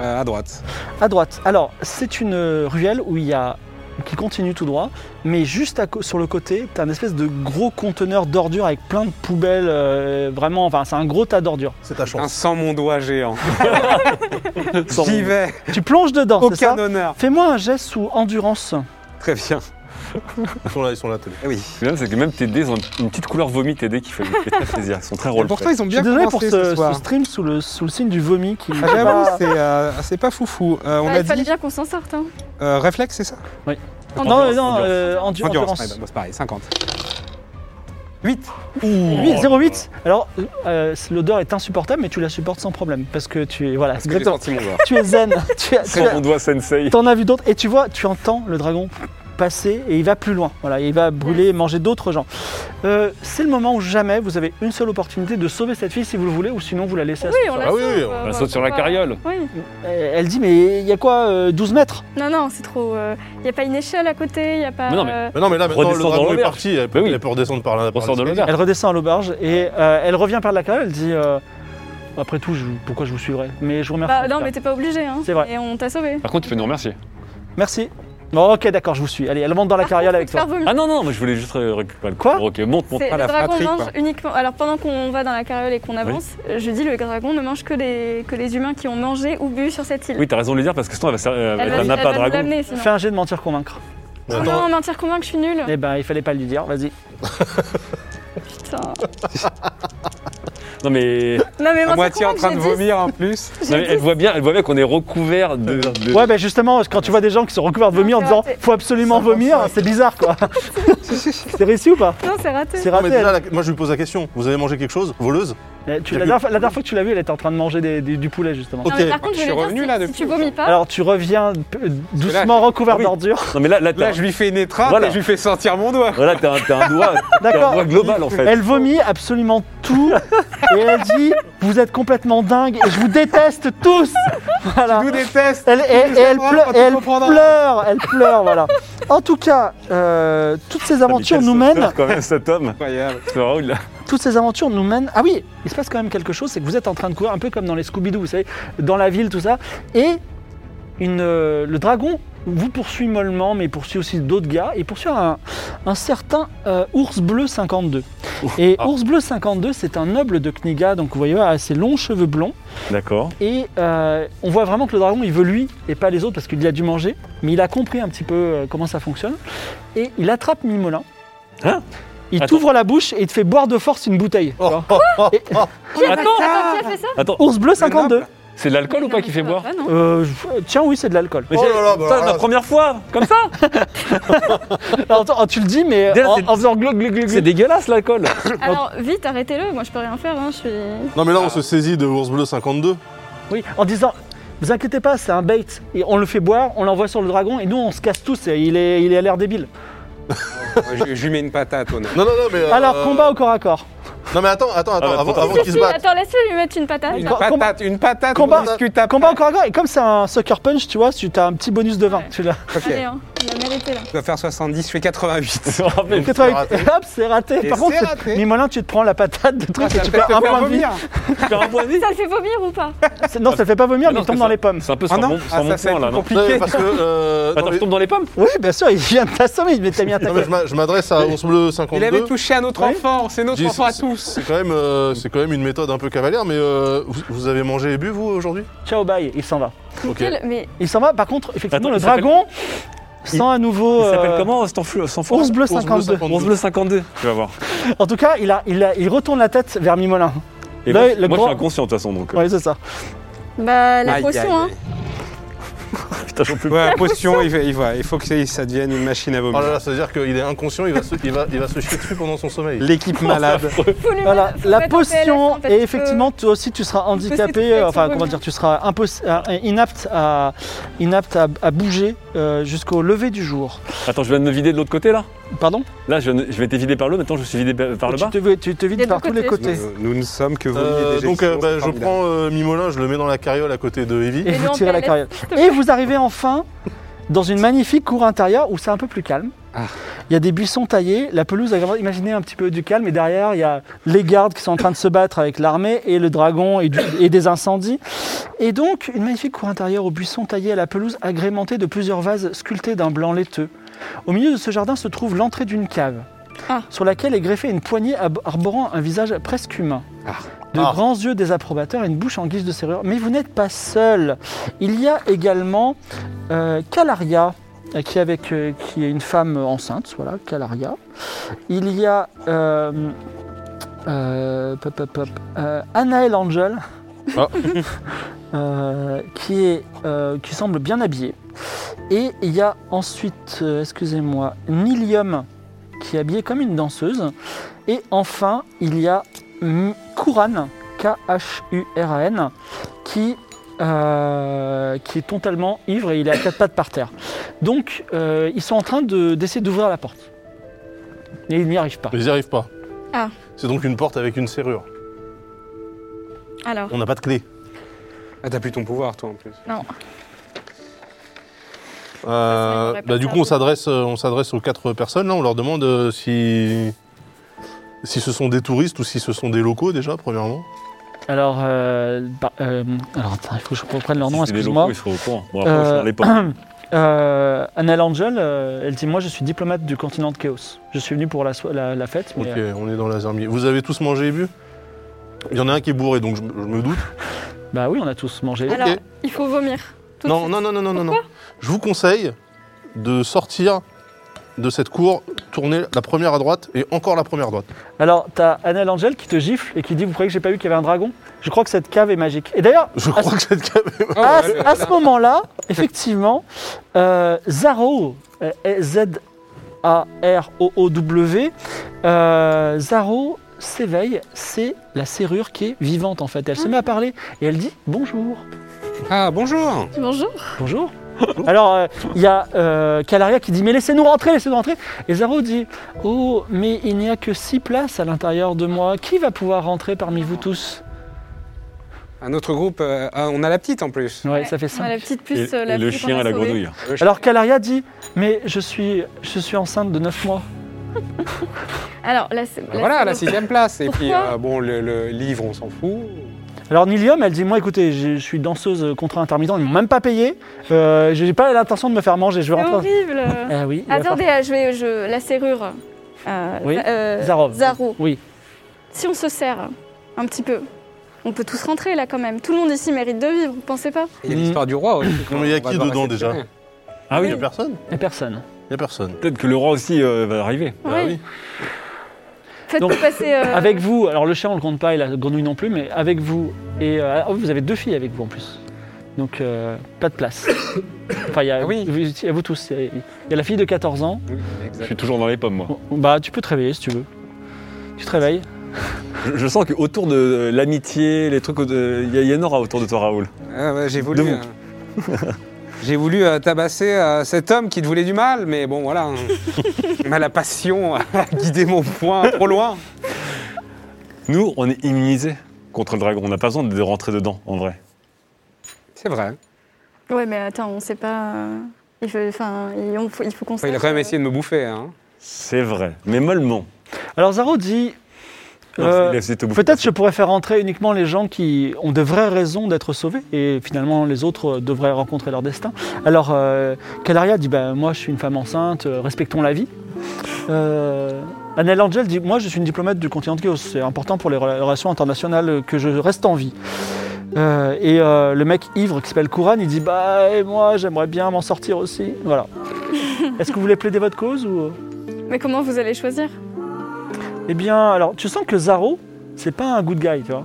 Speaker 5: Euh, à droite.
Speaker 3: À droite. Alors, c'est une euh, ruelle où il y a qui continue tout droit, mais juste à co- sur le côté, t'as un espèce de gros conteneur d'ordures avec plein de poubelles, euh, vraiment, enfin c'est un gros tas d'ordures.
Speaker 4: C'est ta chance.
Speaker 5: Un sans mon doigt géant.
Speaker 3: Sans mon
Speaker 5: J'y vais.
Speaker 3: Tu plonges dedans, c'est ça
Speaker 5: Aucun honneur.
Speaker 3: Fais-moi un geste sous endurance.
Speaker 5: Très bien.
Speaker 4: Ils sont là, ils sont là. t'es-
Speaker 5: Eh oui.
Speaker 7: Le problème, c'est que même tes dés ont une petite couleur vomi, tes dés qui fait qui fait très plaisir. Ils sont très
Speaker 5: Et
Speaker 7: rôles.
Speaker 5: pourtant, ils ont
Speaker 3: Je suis
Speaker 5: bien
Speaker 3: désolé
Speaker 5: commencé
Speaker 3: pour ce,
Speaker 5: ce,
Speaker 3: ce
Speaker 5: soir.
Speaker 3: stream sous le, sous le signe du vomi qui.
Speaker 5: Ah, J'avoue, c'est euh, c'est pas foufou. Euh, on
Speaker 8: Ah,
Speaker 5: a
Speaker 8: il fallait
Speaker 5: dit
Speaker 8: bien qu'on s'en sorte. Hein.
Speaker 5: euh, réflexe, c'est ça
Speaker 3: Non,
Speaker 7: Endurance,
Speaker 3: non,
Speaker 7: endurance.
Speaker 3: euh, endu- endurance.
Speaker 5: ouais, bah, bah, c'est pareil, 50.
Speaker 3: 8. 8, 08. Alors, euh, euh, l'odeur est insupportable, mais tu la supportes sans problème. Parce que tu es. Voilà,
Speaker 5: Parce que j'ai
Speaker 3: exactement.
Speaker 5: senti mon doigt.
Speaker 3: Tu es zen. tu as- tu
Speaker 7: Sans mon
Speaker 3: as-
Speaker 7: doigt sensei.
Speaker 3: t'en as vu d'autres. Et tu vois, tu entends le dragon passer et il va plus loin. Voilà, il va brûler, manger d'autres gens. Euh, c'est le moment où jamais vous avez une seule opportunité de sauver cette fille si vous le voulez, ou sinon vous la laissez à
Speaker 8: Oui, on la
Speaker 4: Ah oui,
Speaker 8: sauve,
Speaker 4: oui, on
Speaker 8: euh,
Speaker 7: Elle Bah, saute sur la
Speaker 8: pas-
Speaker 7: carriole.
Speaker 8: Oui.
Speaker 3: Euh, Elle dit, mais il y a quoi euh, 12 mètres
Speaker 8: Non, non, c'est trop. Il n'y a pas une échelle à côté, il n'y a pas.
Speaker 7: Mais non, mais-
Speaker 8: euh,
Speaker 4: Mais non mais là maintenant le
Speaker 7: Redescends dans
Speaker 4: dragon est
Speaker 7: l'auberge.
Speaker 4: parti. Elle peut,
Speaker 7: Bah oui.
Speaker 4: elle peut redescendre par là. par
Speaker 7: Ressort de
Speaker 4: l'escalier.
Speaker 7: l'auberge.
Speaker 3: Elle redescend à l'auberge et euh, elle revient par la cale. Elle dit euh, Après tout, je- pourquoi je vous suivrai Mais je vous remercie. en
Speaker 8: bah,
Speaker 3: tout
Speaker 8: non,
Speaker 3: cas.
Speaker 8: mais t'es pas obligé. Hein.
Speaker 3: C'est vrai.
Speaker 8: Et on t'a sauvé.
Speaker 7: Par contre, tu peux nous remercier.
Speaker 3: Merci. Bon, ok, d'accord, je vous suis. Allez, elle monte dans la carriole avec toi.
Speaker 8: Faire vomir.
Speaker 7: Ah non, non, moi je voulais juste euh, récupérer le
Speaker 3: Quoi
Speaker 7: cours. Ok, monte, monte.
Speaker 8: C'est-
Speaker 5: pas
Speaker 8: le
Speaker 5: la
Speaker 8: dragon
Speaker 5: fratrie,
Speaker 8: mange
Speaker 5: quoi.
Speaker 8: uniquement. Alors pendant qu'on va dans la carriole et qu'on avance, je dis le dragon ne mange que les, que les humains qui ont mangé ou bu sur cette île.
Speaker 7: Oui, t'as raison de le dire parce que sinon elle va, ser- elle va
Speaker 8: elle
Speaker 7: être
Speaker 8: va,
Speaker 7: un
Speaker 8: elle
Speaker 7: appât
Speaker 8: va nous
Speaker 7: dragon.
Speaker 8: l'amener sinon. Ah.
Speaker 3: Fais un jet de mentir convaincre.
Speaker 8: Oh
Speaker 4: Ah,
Speaker 8: non, mentir convaincre, je suis nulle.
Speaker 3: Eh ben, il fallait pas lui dire, vas-y.
Speaker 8: Putain.
Speaker 7: Non mais, non,
Speaker 8: Non mais
Speaker 5: À
Speaker 8: mentir
Speaker 5: moitié en
Speaker 8: convaincre,
Speaker 5: train de
Speaker 8: j'ai dix.
Speaker 5: vomir en plus.
Speaker 8: J'ai
Speaker 7: mais elle voit bien, elle voit bien qu'on est recouvert de. de-
Speaker 3: Ouais, ben justement, quand tu vois des gens qui sont recouverts de vomi en
Speaker 8: Ah, c'est
Speaker 3: disant
Speaker 8: raté.
Speaker 3: Faut absolument vomir, c'est bizarre quoi. c'est réussi ou pas
Speaker 8: Non, c'est raté.
Speaker 3: C'est
Speaker 4: Non, mais
Speaker 3: raté.
Speaker 4: déjà, la- moi je lui pose la question. Vous avez mangé quelque chose Voleuse
Speaker 3: elle. Tu- la, dernière, fois- la dernière fois que tu l'as vue, elle était en train de manger des- des- du poulet justement.
Speaker 8: Non, mais
Speaker 4: Ok.
Speaker 7: Ah,
Speaker 8: par contre,
Speaker 5: Je
Speaker 8: je
Speaker 5: suis
Speaker 8: vais
Speaker 5: revenu,
Speaker 8: dire,
Speaker 5: là,
Speaker 8: si- si,
Speaker 5: depuis.
Speaker 8: tu vomis pas,
Speaker 3: Alors, tu reviens euh,
Speaker 5: là,
Speaker 3: doucement recouvert
Speaker 7: Ah oui.
Speaker 3: d'ordures.
Speaker 7: Non mais là, là, t'as-
Speaker 5: Là, je lui fais une étreinte
Speaker 7: Voilà.
Speaker 5: et je lui fais sentir mon doigt.
Speaker 7: voilà, t'as un, t'as un doigt, t'as un
Speaker 3: D'accord.
Speaker 7: doigt global en fait.
Speaker 3: Elle vomit absolument tout et elle dit Vous êtes complètement dingue et je vous déteste tous Voilà.
Speaker 5: Je nous déteste.
Speaker 3: Elle, elle- et elle
Speaker 5: Nous
Speaker 3: pleure,
Speaker 5: apprendre
Speaker 3: et
Speaker 5: à
Speaker 3: elle
Speaker 5: tout comprendre.
Speaker 3: pleure, elle pleure, voilà. En tout cas, euh, toutes ces
Speaker 7: Ah, mais
Speaker 3: aventures
Speaker 7: quel
Speaker 3: nous
Speaker 7: sauveteur,
Speaker 3: mènent.
Speaker 7: quand même cet homme.
Speaker 5: Incroyable.
Speaker 7: C'est Raoul, là.
Speaker 3: Toutes ces aventures nous mènent. Ah oui, il se passe quand même quelque chose, c'est que vous êtes en train de courir, un peu comme dans les Scooby-Doo, vous savez, dans la ville, tout ça. Et une, euh, le dragon vous poursuit mollement, mais il poursuit aussi d'autres gars. Il poursuit un, un certain euh, Ours Bleu 52. Et
Speaker 4: Ah.
Speaker 3: Ours Bleu 52, c'est un noble de Kniga, donc vous voyez, a ses longs cheveux blonds.
Speaker 7: D'accord.
Speaker 3: Et euh, on voit vraiment que le dragon, il veut lui et pas les autres parce qu'il a dû manger. Mais il a compris un petit peu euh, comment ça fonctionne. Et il attrape Mimolin.
Speaker 7: Hein
Speaker 3: Il
Speaker 7: Attends.
Speaker 3: t'ouvre la bouche et il te fait boire de force une bouteille. tu vois.
Speaker 4: Oh, oh,
Speaker 3: Et-
Speaker 4: oh.
Speaker 8: Attends, qui a fait ça
Speaker 7: Attends,
Speaker 3: Ours bleu 52.
Speaker 5: noble.
Speaker 7: C'est de l'alcool ou pas qui fait boire
Speaker 8: Ah, non.
Speaker 3: Euh, je- tiens, oui, c'est de l'alcool.
Speaker 7: Mais
Speaker 4: Oh
Speaker 7: c'est-
Speaker 4: là là, bah
Speaker 7: putain,
Speaker 4: alors
Speaker 7: la
Speaker 4: là-
Speaker 7: première fois Comme ça
Speaker 3: Alors, attends, oh, tu le dis, mais
Speaker 7: Déjà,
Speaker 3: en,
Speaker 7: c'est-
Speaker 3: en faisant glou, glou, glou, glou.
Speaker 7: C'est dégueulasse l'alcool
Speaker 8: Alors vite, arrêtez-le, moi je peux rien faire, hein, je suis...
Speaker 4: Non, mais là, on se saisit de Ours Bleu 52.
Speaker 3: Oui, en disant. Vous inquiétez pas, c'est un bait. Et on le fait boire, on l'envoie sur le dragon et nous on se casse tous. et il est, il est à l'air débile.
Speaker 5: je, je lui mets une patate, honnêtement.
Speaker 4: Non, non, non, mais. euh,
Speaker 3: Alors combat au corps à corps.
Speaker 4: Non, mais attends, attends, attends,
Speaker 7: Ah, bah,
Speaker 4: avant,
Speaker 7: faut-
Speaker 4: avant
Speaker 8: Si,
Speaker 4: qu'ils
Speaker 8: si,
Speaker 4: se battent.
Speaker 8: attends, laisse-le lui mettre une patate.
Speaker 5: Une
Speaker 8: là.
Speaker 3: com-
Speaker 5: patate, une patate,
Speaker 3: combat-
Speaker 5: on discute après.
Speaker 3: Combat au corps à corps et comme c'est un sucker punch, tu vois, tu as un petit bonus de 20. Tu l'as.
Speaker 5: Ok,
Speaker 8: Allez, hein, il a mérité là.
Speaker 5: je dois faire 70, je fais Ah, 88.
Speaker 7: Je me rappelle.
Speaker 3: Et toi,
Speaker 4: c'est raté.
Speaker 3: Hop, c'est raté.
Speaker 5: Et
Speaker 3: Par
Speaker 5: c'est
Speaker 3: contre,
Speaker 5: raté.
Speaker 3: Mimolin, tu te prends la patate de
Speaker 5: Ah,
Speaker 3: truc et
Speaker 5: ça
Speaker 3: tu
Speaker 5: peut
Speaker 3: perds
Speaker 5: te
Speaker 3: un
Speaker 5: faire
Speaker 3: point de vie.
Speaker 5: vomir.
Speaker 7: Faire un point de vie
Speaker 8: Ça le fait vomir ou pas
Speaker 3: C'est- Non, ça le fait pas vomir,
Speaker 7: Ah
Speaker 3: mais
Speaker 7: non,
Speaker 3: il tombe
Speaker 7: parce
Speaker 3: dans
Speaker 7: que
Speaker 3: les pommes.
Speaker 7: C'est un peu
Speaker 5: Ah
Speaker 7: sans
Speaker 5: non,
Speaker 7: bon
Speaker 5: ah,
Speaker 7: sans
Speaker 5: ça,
Speaker 7: bon
Speaker 5: c'est
Speaker 7: sens là, non
Speaker 4: Non, mais
Speaker 5: compliqué.
Speaker 4: parce que. euh, non,
Speaker 7: Attends,
Speaker 5: Ah,
Speaker 4: mais-
Speaker 7: je tombe dans les pommes
Speaker 3: Oui, bien sûr, il vient de t'assommer, mais t'as mis un
Speaker 4: non, mais je
Speaker 3: tacle.
Speaker 4: m'a- je m'adresse à Ours Bleu
Speaker 5: Il
Speaker 4: 52.
Speaker 5: avait touché à notre
Speaker 3: Oui.
Speaker 5: enfant, c'est notre
Speaker 4: Dis-
Speaker 5: enfant à tous.
Speaker 4: C'est quand, même, euh, c'est quand même une méthode un peu cavalière, mais euh, vous, vous avez mangé et bu, vous, aujourd'hui
Speaker 3: Ciao, bye, il s'en va.
Speaker 4: Ok.
Speaker 8: Quel- Mais
Speaker 3: Il s'en va, par contre, effectivement,
Speaker 7: Attends,
Speaker 3: le
Speaker 7: il s'appelle-
Speaker 3: dragon sent
Speaker 7: Il-
Speaker 3: à nouveau.
Speaker 7: Il s'appelle
Speaker 3: euh,
Speaker 7: comment cet enfant cet enfant
Speaker 3: Ours bleu
Speaker 4: Ours bleu
Speaker 3: 52.
Speaker 4: 52.
Speaker 7: Ours bleu 52, tu vas voir.
Speaker 3: En tout cas, il, a, il, a- il retourne la tête vers Mimolin.
Speaker 7: Et
Speaker 3: Là,
Speaker 7: moi,
Speaker 3: le
Speaker 7: moi, je
Speaker 3: grand-
Speaker 7: suis inconscient de toute façon, donc euh,
Speaker 3: Oui, c'est ça.
Speaker 8: bah la
Speaker 5: Aïe, aïe,
Speaker 8: potion, hein.
Speaker 5: aïe.
Speaker 7: putain, j'en peux plus.
Speaker 5: Ouais, la potion, il, va- il va- il faut que ça- ça devienne une machine à
Speaker 4: Oh
Speaker 5: vomir.
Speaker 4: là là, ça veut dire qu'il est inconscient, il va, se, il, va, il va se chier dessus pendant son sommeil.
Speaker 5: L'équipe malade.
Speaker 8: Faut lui
Speaker 3: Voilà,
Speaker 8: mettre- faut
Speaker 3: la
Speaker 8: mettre en PLS,
Speaker 3: potion,
Speaker 8: en fait,
Speaker 3: et
Speaker 8: faut-
Speaker 3: effectivement, toi aussi, tu seras
Speaker 8: peut
Speaker 3: handicapé,
Speaker 8: s'étouffer avec
Speaker 3: euh,
Speaker 8: son
Speaker 3: enfin, comment
Speaker 8: regard.
Speaker 3: dire, tu seras impos- euh, inapte à, inapte à, à bouger euh, jusqu'au lever du jour.
Speaker 7: Attends, je viens de me vider de l'autre côté là
Speaker 3: Pardon
Speaker 7: Là, je, viens de- je m'étais vidé par le haut, maintenant je suis vidé par par le
Speaker 3: tu
Speaker 7: bas.
Speaker 3: te, tu te
Speaker 8: Des
Speaker 3: vides
Speaker 8: deux
Speaker 3: par tous les
Speaker 8: côtés.
Speaker 3: côtés.
Speaker 5: Nous, nous ne sommes que vomis
Speaker 4: Euh,
Speaker 5: et déjections,
Speaker 4: donc, euh, bah,
Speaker 5: c'est
Speaker 4: je
Speaker 5: formidable.
Speaker 4: prends euh, Mimolin, je le mets dans la carriole à côté de Evie.
Speaker 3: Et
Speaker 8: Et
Speaker 3: vous
Speaker 8: lui, en
Speaker 3: tirez la
Speaker 8: PLS,
Speaker 3: carriole.
Speaker 8: te plaît.
Speaker 3: Et vous arrivez enfin dans une magnifique cour intérieure où c'est un peu plus calme.
Speaker 5: Ah.
Speaker 3: Il y a des buissons taillés, la pelouse, a- imaginez un petit peu du calme, et derrière, il y a les gardes qui sont en train de se battre avec l'armée et le dragon et, du- et des incendies. Et donc, une magnifique cour intérieure aux buissons taillés à la pelouse, agrémentée de plusieurs vases sculptés d'un blanc laiteux. Au milieu de ce jardin se trouve l'entrée d'une cave,
Speaker 8: Ah.
Speaker 3: sur laquelle est greffée une poignée ab- arborant un visage presque humain.
Speaker 5: Ah.
Speaker 3: De
Speaker 4: Ah.
Speaker 3: grands yeux désapprobateurs et une bouche en guise de serrure. Mais vous n'êtes pas seul. Il y a également euh, Calaria, euh, qui est, avec, euh, qui est une femme euh, enceinte, voilà, Calaria. Il y a euh, euh, pop, pop, pop, euh, Anaël Angel,
Speaker 4: Ah.
Speaker 3: euh, qui, est, euh, qui semble bien habillée. Et il y a ensuite, euh, excusez-moi, Nilium, qui est habillée comme une danseuse. Et enfin, il y a M- Kuran, K-H-U-R-A-N, qui, euh, qui est totalement ivre et il est à quatre pattes par terre. Donc, euh, ils sont en train de- d'essayer d'ouvrir la porte. Et ils n'y arrivent pas.
Speaker 4: Mais ils n'y arrivent pas.
Speaker 8: Ah.
Speaker 4: C'est donc une porte avec une serrure.
Speaker 8: Alors,
Speaker 4: On n'a pas de clé.
Speaker 5: Ah, t'as plus ton pouvoir, toi, en plus.
Speaker 4: Euh,
Speaker 8: qu'on aurait pas
Speaker 4: bah, du
Speaker 8: de
Speaker 4: coup, on
Speaker 8: cerveau.
Speaker 4: s'adresse, euh, on s'adresse aux quatre personnes. Là, on leur demande euh, si, si ce sont des touristes ou si ce sont des locaux déjà, premièrement.
Speaker 3: Alors, euh, bah, euh, alors attends, il faut que je reprenne leur nom,
Speaker 7: Si c'est des
Speaker 3: excuse-moi.
Speaker 7: locaux, Ils seront au courant. Bon, après, je suis
Speaker 3: Euh,
Speaker 7: dans les pommes.
Speaker 3: Euh, Annal Angel, euh, elle dit Moi, je suis diplomate du continent de Chaos. Je suis venu pour la, so- la- la fête, mais
Speaker 4: Ok,
Speaker 3: euh,
Speaker 4: on est dans la zermie. Vous avez tous mangé et bu Il y en a un qui est bourré, donc je, me- je me doute.
Speaker 3: bah oui, on a tous mangé.
Speaker 8: alors il faut vomir. tout de
Speaker 4: Non,
Speaker 8: suite.
Speaker 4: non, non, non, non, non, non. Je vous conseille de sortir de cette cour, tourner la première à droite et encore la première à droite.
Speaker 3: Alors, t'as Annal Angel qui te gifle et qui dit Vous croyez que j'ai pas vu qu'il y avait un dragon Je crois que cette cave est magique. Et d'ailleurs,
Speaker 4: Je
Speaker 8: Ah,
Speaker 4: crois que cette cave
Speaker 5: Ah,
Speaker 4: est-
Speaker 3: à, à ce moment-là, effectivement, euh, Zaro, euh, Z-A-R-O-O-W, euh, Zaro s'éveille, c'est la serrure qui est vivante en fait. Elle se met à parler et elle dit bonjour.
Speaker 5: Ah, bonjour
Speaker 8: Bonjour.
Speaker 3: Bonjour. Alors, euh, il y a euh, Calaria qui dit Mais laissez-nous rentrer, laissez-nous rentrer. Et Zaro dit Oh, mais il n'y a que six places à l'intérieur de moi. Qui va pouvoir rentrer parmi vous tous
Speaker 5: Un autre groupe, euh, ah, on a la petite, en plus.
Speaker 3: Ouais, ça fait
Speaker 8: On a
Speaker 3: cinq.
Speaker 8: la petite
Speaker 7: Et,
Speaker 8: puce, euh, la
Speaker 7: et le
Speaker 8: puce qu'on
Speaker 7: chien
Speaker 8: a
Speaker 7: et la
Speaker 8: sauvée.
Speaker 7: grenouille.
Speaker 3: Alors, Calaria dit Mais je suis, je suis enceinte de 9 mois.
Speaker 8: Alors là, c'est.
Speaker 5: Bah, voilà, la sixième place. Et puis,
Speaker 8: Pourquoi
Speaker 5: euh, bon, le, le livre, on s'en fout.
Speaker 3: Alors Nilium, elle dit moi écoutez, je, je suis danseuse euh, contrat intermittent, ils m'ont même pas payé, euh, j'ai pas l'intention de me faire manger, je vais
Speaker 8: C'est
Speaker 3: rentrer.
Speaker 8: horrible.
Speaker 3: Eh oui. il va
Speaker 8: Attendez, ah, je vais, je, la serrure. Euh,
Speaker 3: Oui.
Speaker 8: euh,
Speaker 3: Zarov.
Speaker 8: Zaro.
Speaker 3: Oui.
Speaker 8: Si on se serre un petit peu, on peut tous rentrer là quand même. Tout le monde ici mérite de vivre, vous pensez pas
Speaker 5: Et Il y a
Speaker 3: Mm.
Speaker 5: l'histoire du roi aussi.
Speaker 4: Non, mais il y a
Speaker 5: On va
Speaker 4: qui
Speaker 5: devoir
Speaker 4: dedans,
Speaker 5: réceptionner.
Speaker 7: Ah
Speaker 4: Il
Speaker 7: oui,
Speaker 4: n'y a personne
Speaker 3: faire- Et personne.
Speaker 4: Il n'y a personne.
Speaker 7: peut-être que le roi aussi euh, va arriver.
Speaker 4: Bah
Speaker 8: Oui.
Speaker 4: oui.
Speaker 8: Faites
Speaker 3: Bah Donc,
Speaker 8: passer. euh,
Speaker 3: Avec vous, alors le chat on le compte pas et la grenouille non plus, mais avec vous et euh, oh, vous avez deux filles avec vous en plus, donc euh, pas de place. Enfin, il y a,
Speaker 5: Ah oui.
Speaker 3: vous, il y a vous tous. Il y a- il y a la fille de 14 ans.
Speaker 7: Je suis toujours dans les pommes, moi.
Speaker 3: Bon, Bah, tu peux te réveiller si tu veux. Tu te réveilles.
Speaker 7: Je, je sens qu'autour de euh, l'amitié, les trucs, euh, il y, a- il y a une aura autour de toi, Raoul.
Speaker 5: Ah ouais, j'ai voulu.
Speaker 7: De vous.
Speaker 5: euh, J'ai voulu euh, tabasser euh, cet homme qui te voulait du mal, mais bon voilà. hein. Mais la passion a guidé mon point trop loin.
Speaker 7: Nous, on est immunisés contre le dragon. On n'a pas besoin de rentrer dedans, en vrai.
Speaker 5: C'est vrai.
Speaker 8: Ouais, mais attends, on sait pas. euh, Il faut, enfin, il on- faut, il faut qu'on
Speaker 5: Enfin, il a
Speaker 8: sache,
Speaker 5: quand même
Speaker 8: euh,
Speaker 5: essayé de me bouffer. hein.
Speaker 7: C'est vrai, mais mollement.
Speaker 3: Alors Zaro dit.
Speaker 7: Non,
Speaker 3: euh,
Speaker 7: il a essayé de te bouffer.
Speaker 3: Peut-être je pourrais faire entrer uniquement les gens qui ont de vraies raisons d'être sauvés et finalement les autres euh, devraient rencontrer leur destin. Alors euh, Calaria dit bah, Moi je suis une femme enceinte, euh, respectons la vie. Euh, Annel Angel dit Moi je suis une diplomate du continent de Chaos, c'est important pour les rela- relations internationales euh, que je reste en vie. Euh, et euh, le mec ivre qui s'appelle Kouran il dit Bah et moi j'aimerais bien m'en sortir aussi. Voilà. Est-ce que vous voulez plaider votre cause ou... euh,
Speaker 8: Mais comment vous allez choisir
Speaker 3: Eh bien, alors, tu sens que Zaro, c'est pas un good guy, tu vois.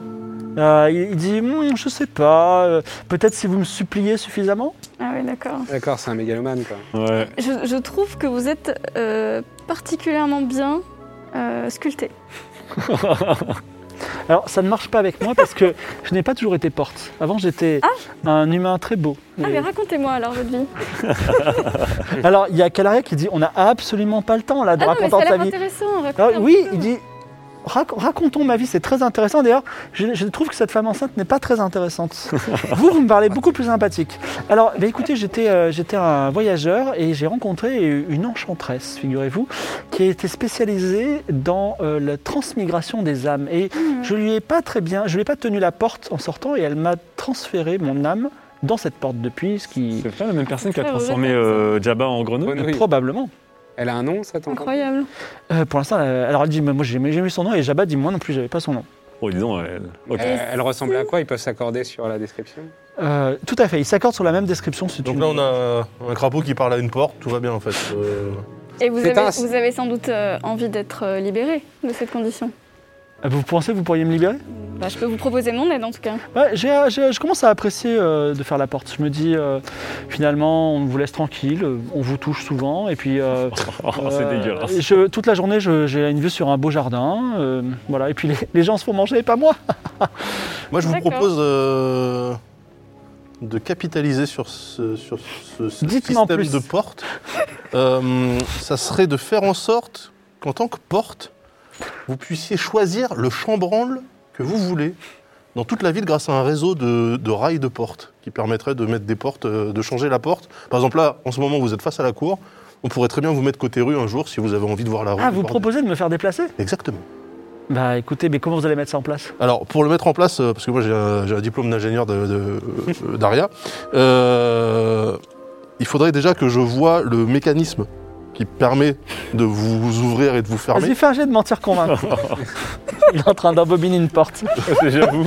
Speaker 3: Euh, il, il dit, Hmm, je sais pas, euh, peut-être si vous me suppliez suffisamment.
Speaker 8: Ah oui, d'accord.
Speaker 5: D'accord, c'est un mégalomane quoi.
Speaker 7: Ouais.
Speaker 8: Je, je trouve que vous êtes euh, particulièrement bien euh, sculpté.
Speaker 3: Alors, ça ne marche pas avec moi parce que je n'ai pas toujours été porte. Avant, j'étais un humain très beau.
Speaker 8: Ah,
Speaker 3: Et-
Speaker 8: mais racontez-moi alors votre vie.
Speaker 3: alors, il y a Calaria qui dit, on n'a absolument pas le temps là de
Speaker 8: Ah non, mais
Speaker 3: raconter
Speaker 8: ça a
Speaker 3: sa
Speaker 8: l'air
Speaker 3: vie.
Speaker 8: intéressant. racontez
Speaker 3: Alors,
Speaker 8: un
Speaker 3: Ah oui,
Speaker 8: peu.
Speaker 3: il dit, rac- racontons ma vie, c'est très intéressant. D'ailleurs, je, je trouve que cette femme enceinte n'est pas très intéressante. vous, vous me parlez beaucoup plus sympathique. Alors, bah, écoutez, j'étais euh, j'étais un voyageur et j'ai rencontré une enchanteresse, figurez-vous, qui était spécialisée dans euh, la transmigration des âmes. Et je lui ai pas très bien, je lui ai pas tenu la porte en sortant et elle m'a transféré mon âme dans cette porte depuis, ce qui
Speaker 7: C'est pas la même personne qui a
Speaker 8: Ouais, ouais,
Speaker 7: transformé
Speaker 8: ouais.
Speaker 7: euh, Jabba en grenouille.
Speaker 5: Grenouille.
Speaker 3: probablement.
Speaker 5: Elle a un nom, ça t'entend
Speaker 8: Incroyable.
Speaker 3: Euh, pour l'instant, elle- alors elle dit, mais moi j'ai j'ai mis son nom et Jabba dit, moi non plus, j'avais pas son nom.
Speaker 7: Oh, dis donc, elle- ok.
Speaker 5: Elle, elle ressemblait à quoi Ils peuvent s'accorder sur la description.
Speaker 3: Euh, tout à fait, ils s'accordent sur la même description. Si
Speaker 4: Donc
Speaker 3: tu-
Speaker 4: là, on a un crapaud qui parle à une porte, tout va bien en fait. Euh,
Speaker 8: Et vous
Speaker 5: C'est
Speaker 8: avez,
Speaker 5: un-
Speaker 8: vous avez sans doute euh, envie d'être euh, libéré de cette condition.
Speaker 3: Ah, Vous pensez que vous pourriez me libérer
Speaker 8: Bah, je peux vous proposer mon aide en tout cas.
Speaker 3: Ouais, j'ai- euh, j'ai- Je commence à apprécier euh, de faire la porte. Je me dis, euh, finalement, on vous laisse tranquille, euh, on vous touche souvent, et puis... euh,
Speaker 7: Oh, c'est
Speaker 3: euh,
Speaker 7: dégueulasse.
Speaker 3: je- toute la journée, je- j'ai une vue sur un beau jardin, euh, voilà, et puis les, les gens se font manger, et pas moi
Speaker 4: Moi, je vous
Speaker 8: D'accord.
Speaker 4: propose euh, de capitaliser sur ce, sur ce, ce
Speaker 3: Dites-moi en
Speaker 4: système
Speaker 3: plus.
Speaker 4: de porte. Euh, ça serait de faire en sorte qu'en tant que porte, vous puissiez choisir le chambranle que vous voulez dans toute la ville grâce à un réseau de, de rails de portes qui permettrait de mettre des portes, euh, de changer la porte. Par exemple, là, en ce moment, vous êtes face à la cour. On pourrait très bien vous mettre côté rue un jour si vous avez envie de voir la rue.
Speaker 3: Ah, vous
Speaker 4: Porte-
Speaker 3: proposez de me faire déplacer
Speaker 4: Exactement.
Speaker 3: Bah écoutez, mais comment vous allez mettre ça en place
Speaker 4: Alors, pour le mettre en place, euh, parce que moi j'ai un, j'ai un diplôme d'ingénieur de- de- euh, d'ARIA, euh, il faudrait déjà que je vois le mécanisme qui permet de vous ouvrir et de vous
Speaker 3: Vas-y,
Speaker 4: fermer.
Speaker 3: fais un jet de mentir convaincre. Il est en train d'embobiner une porte.
Speaker 7: J'avoue.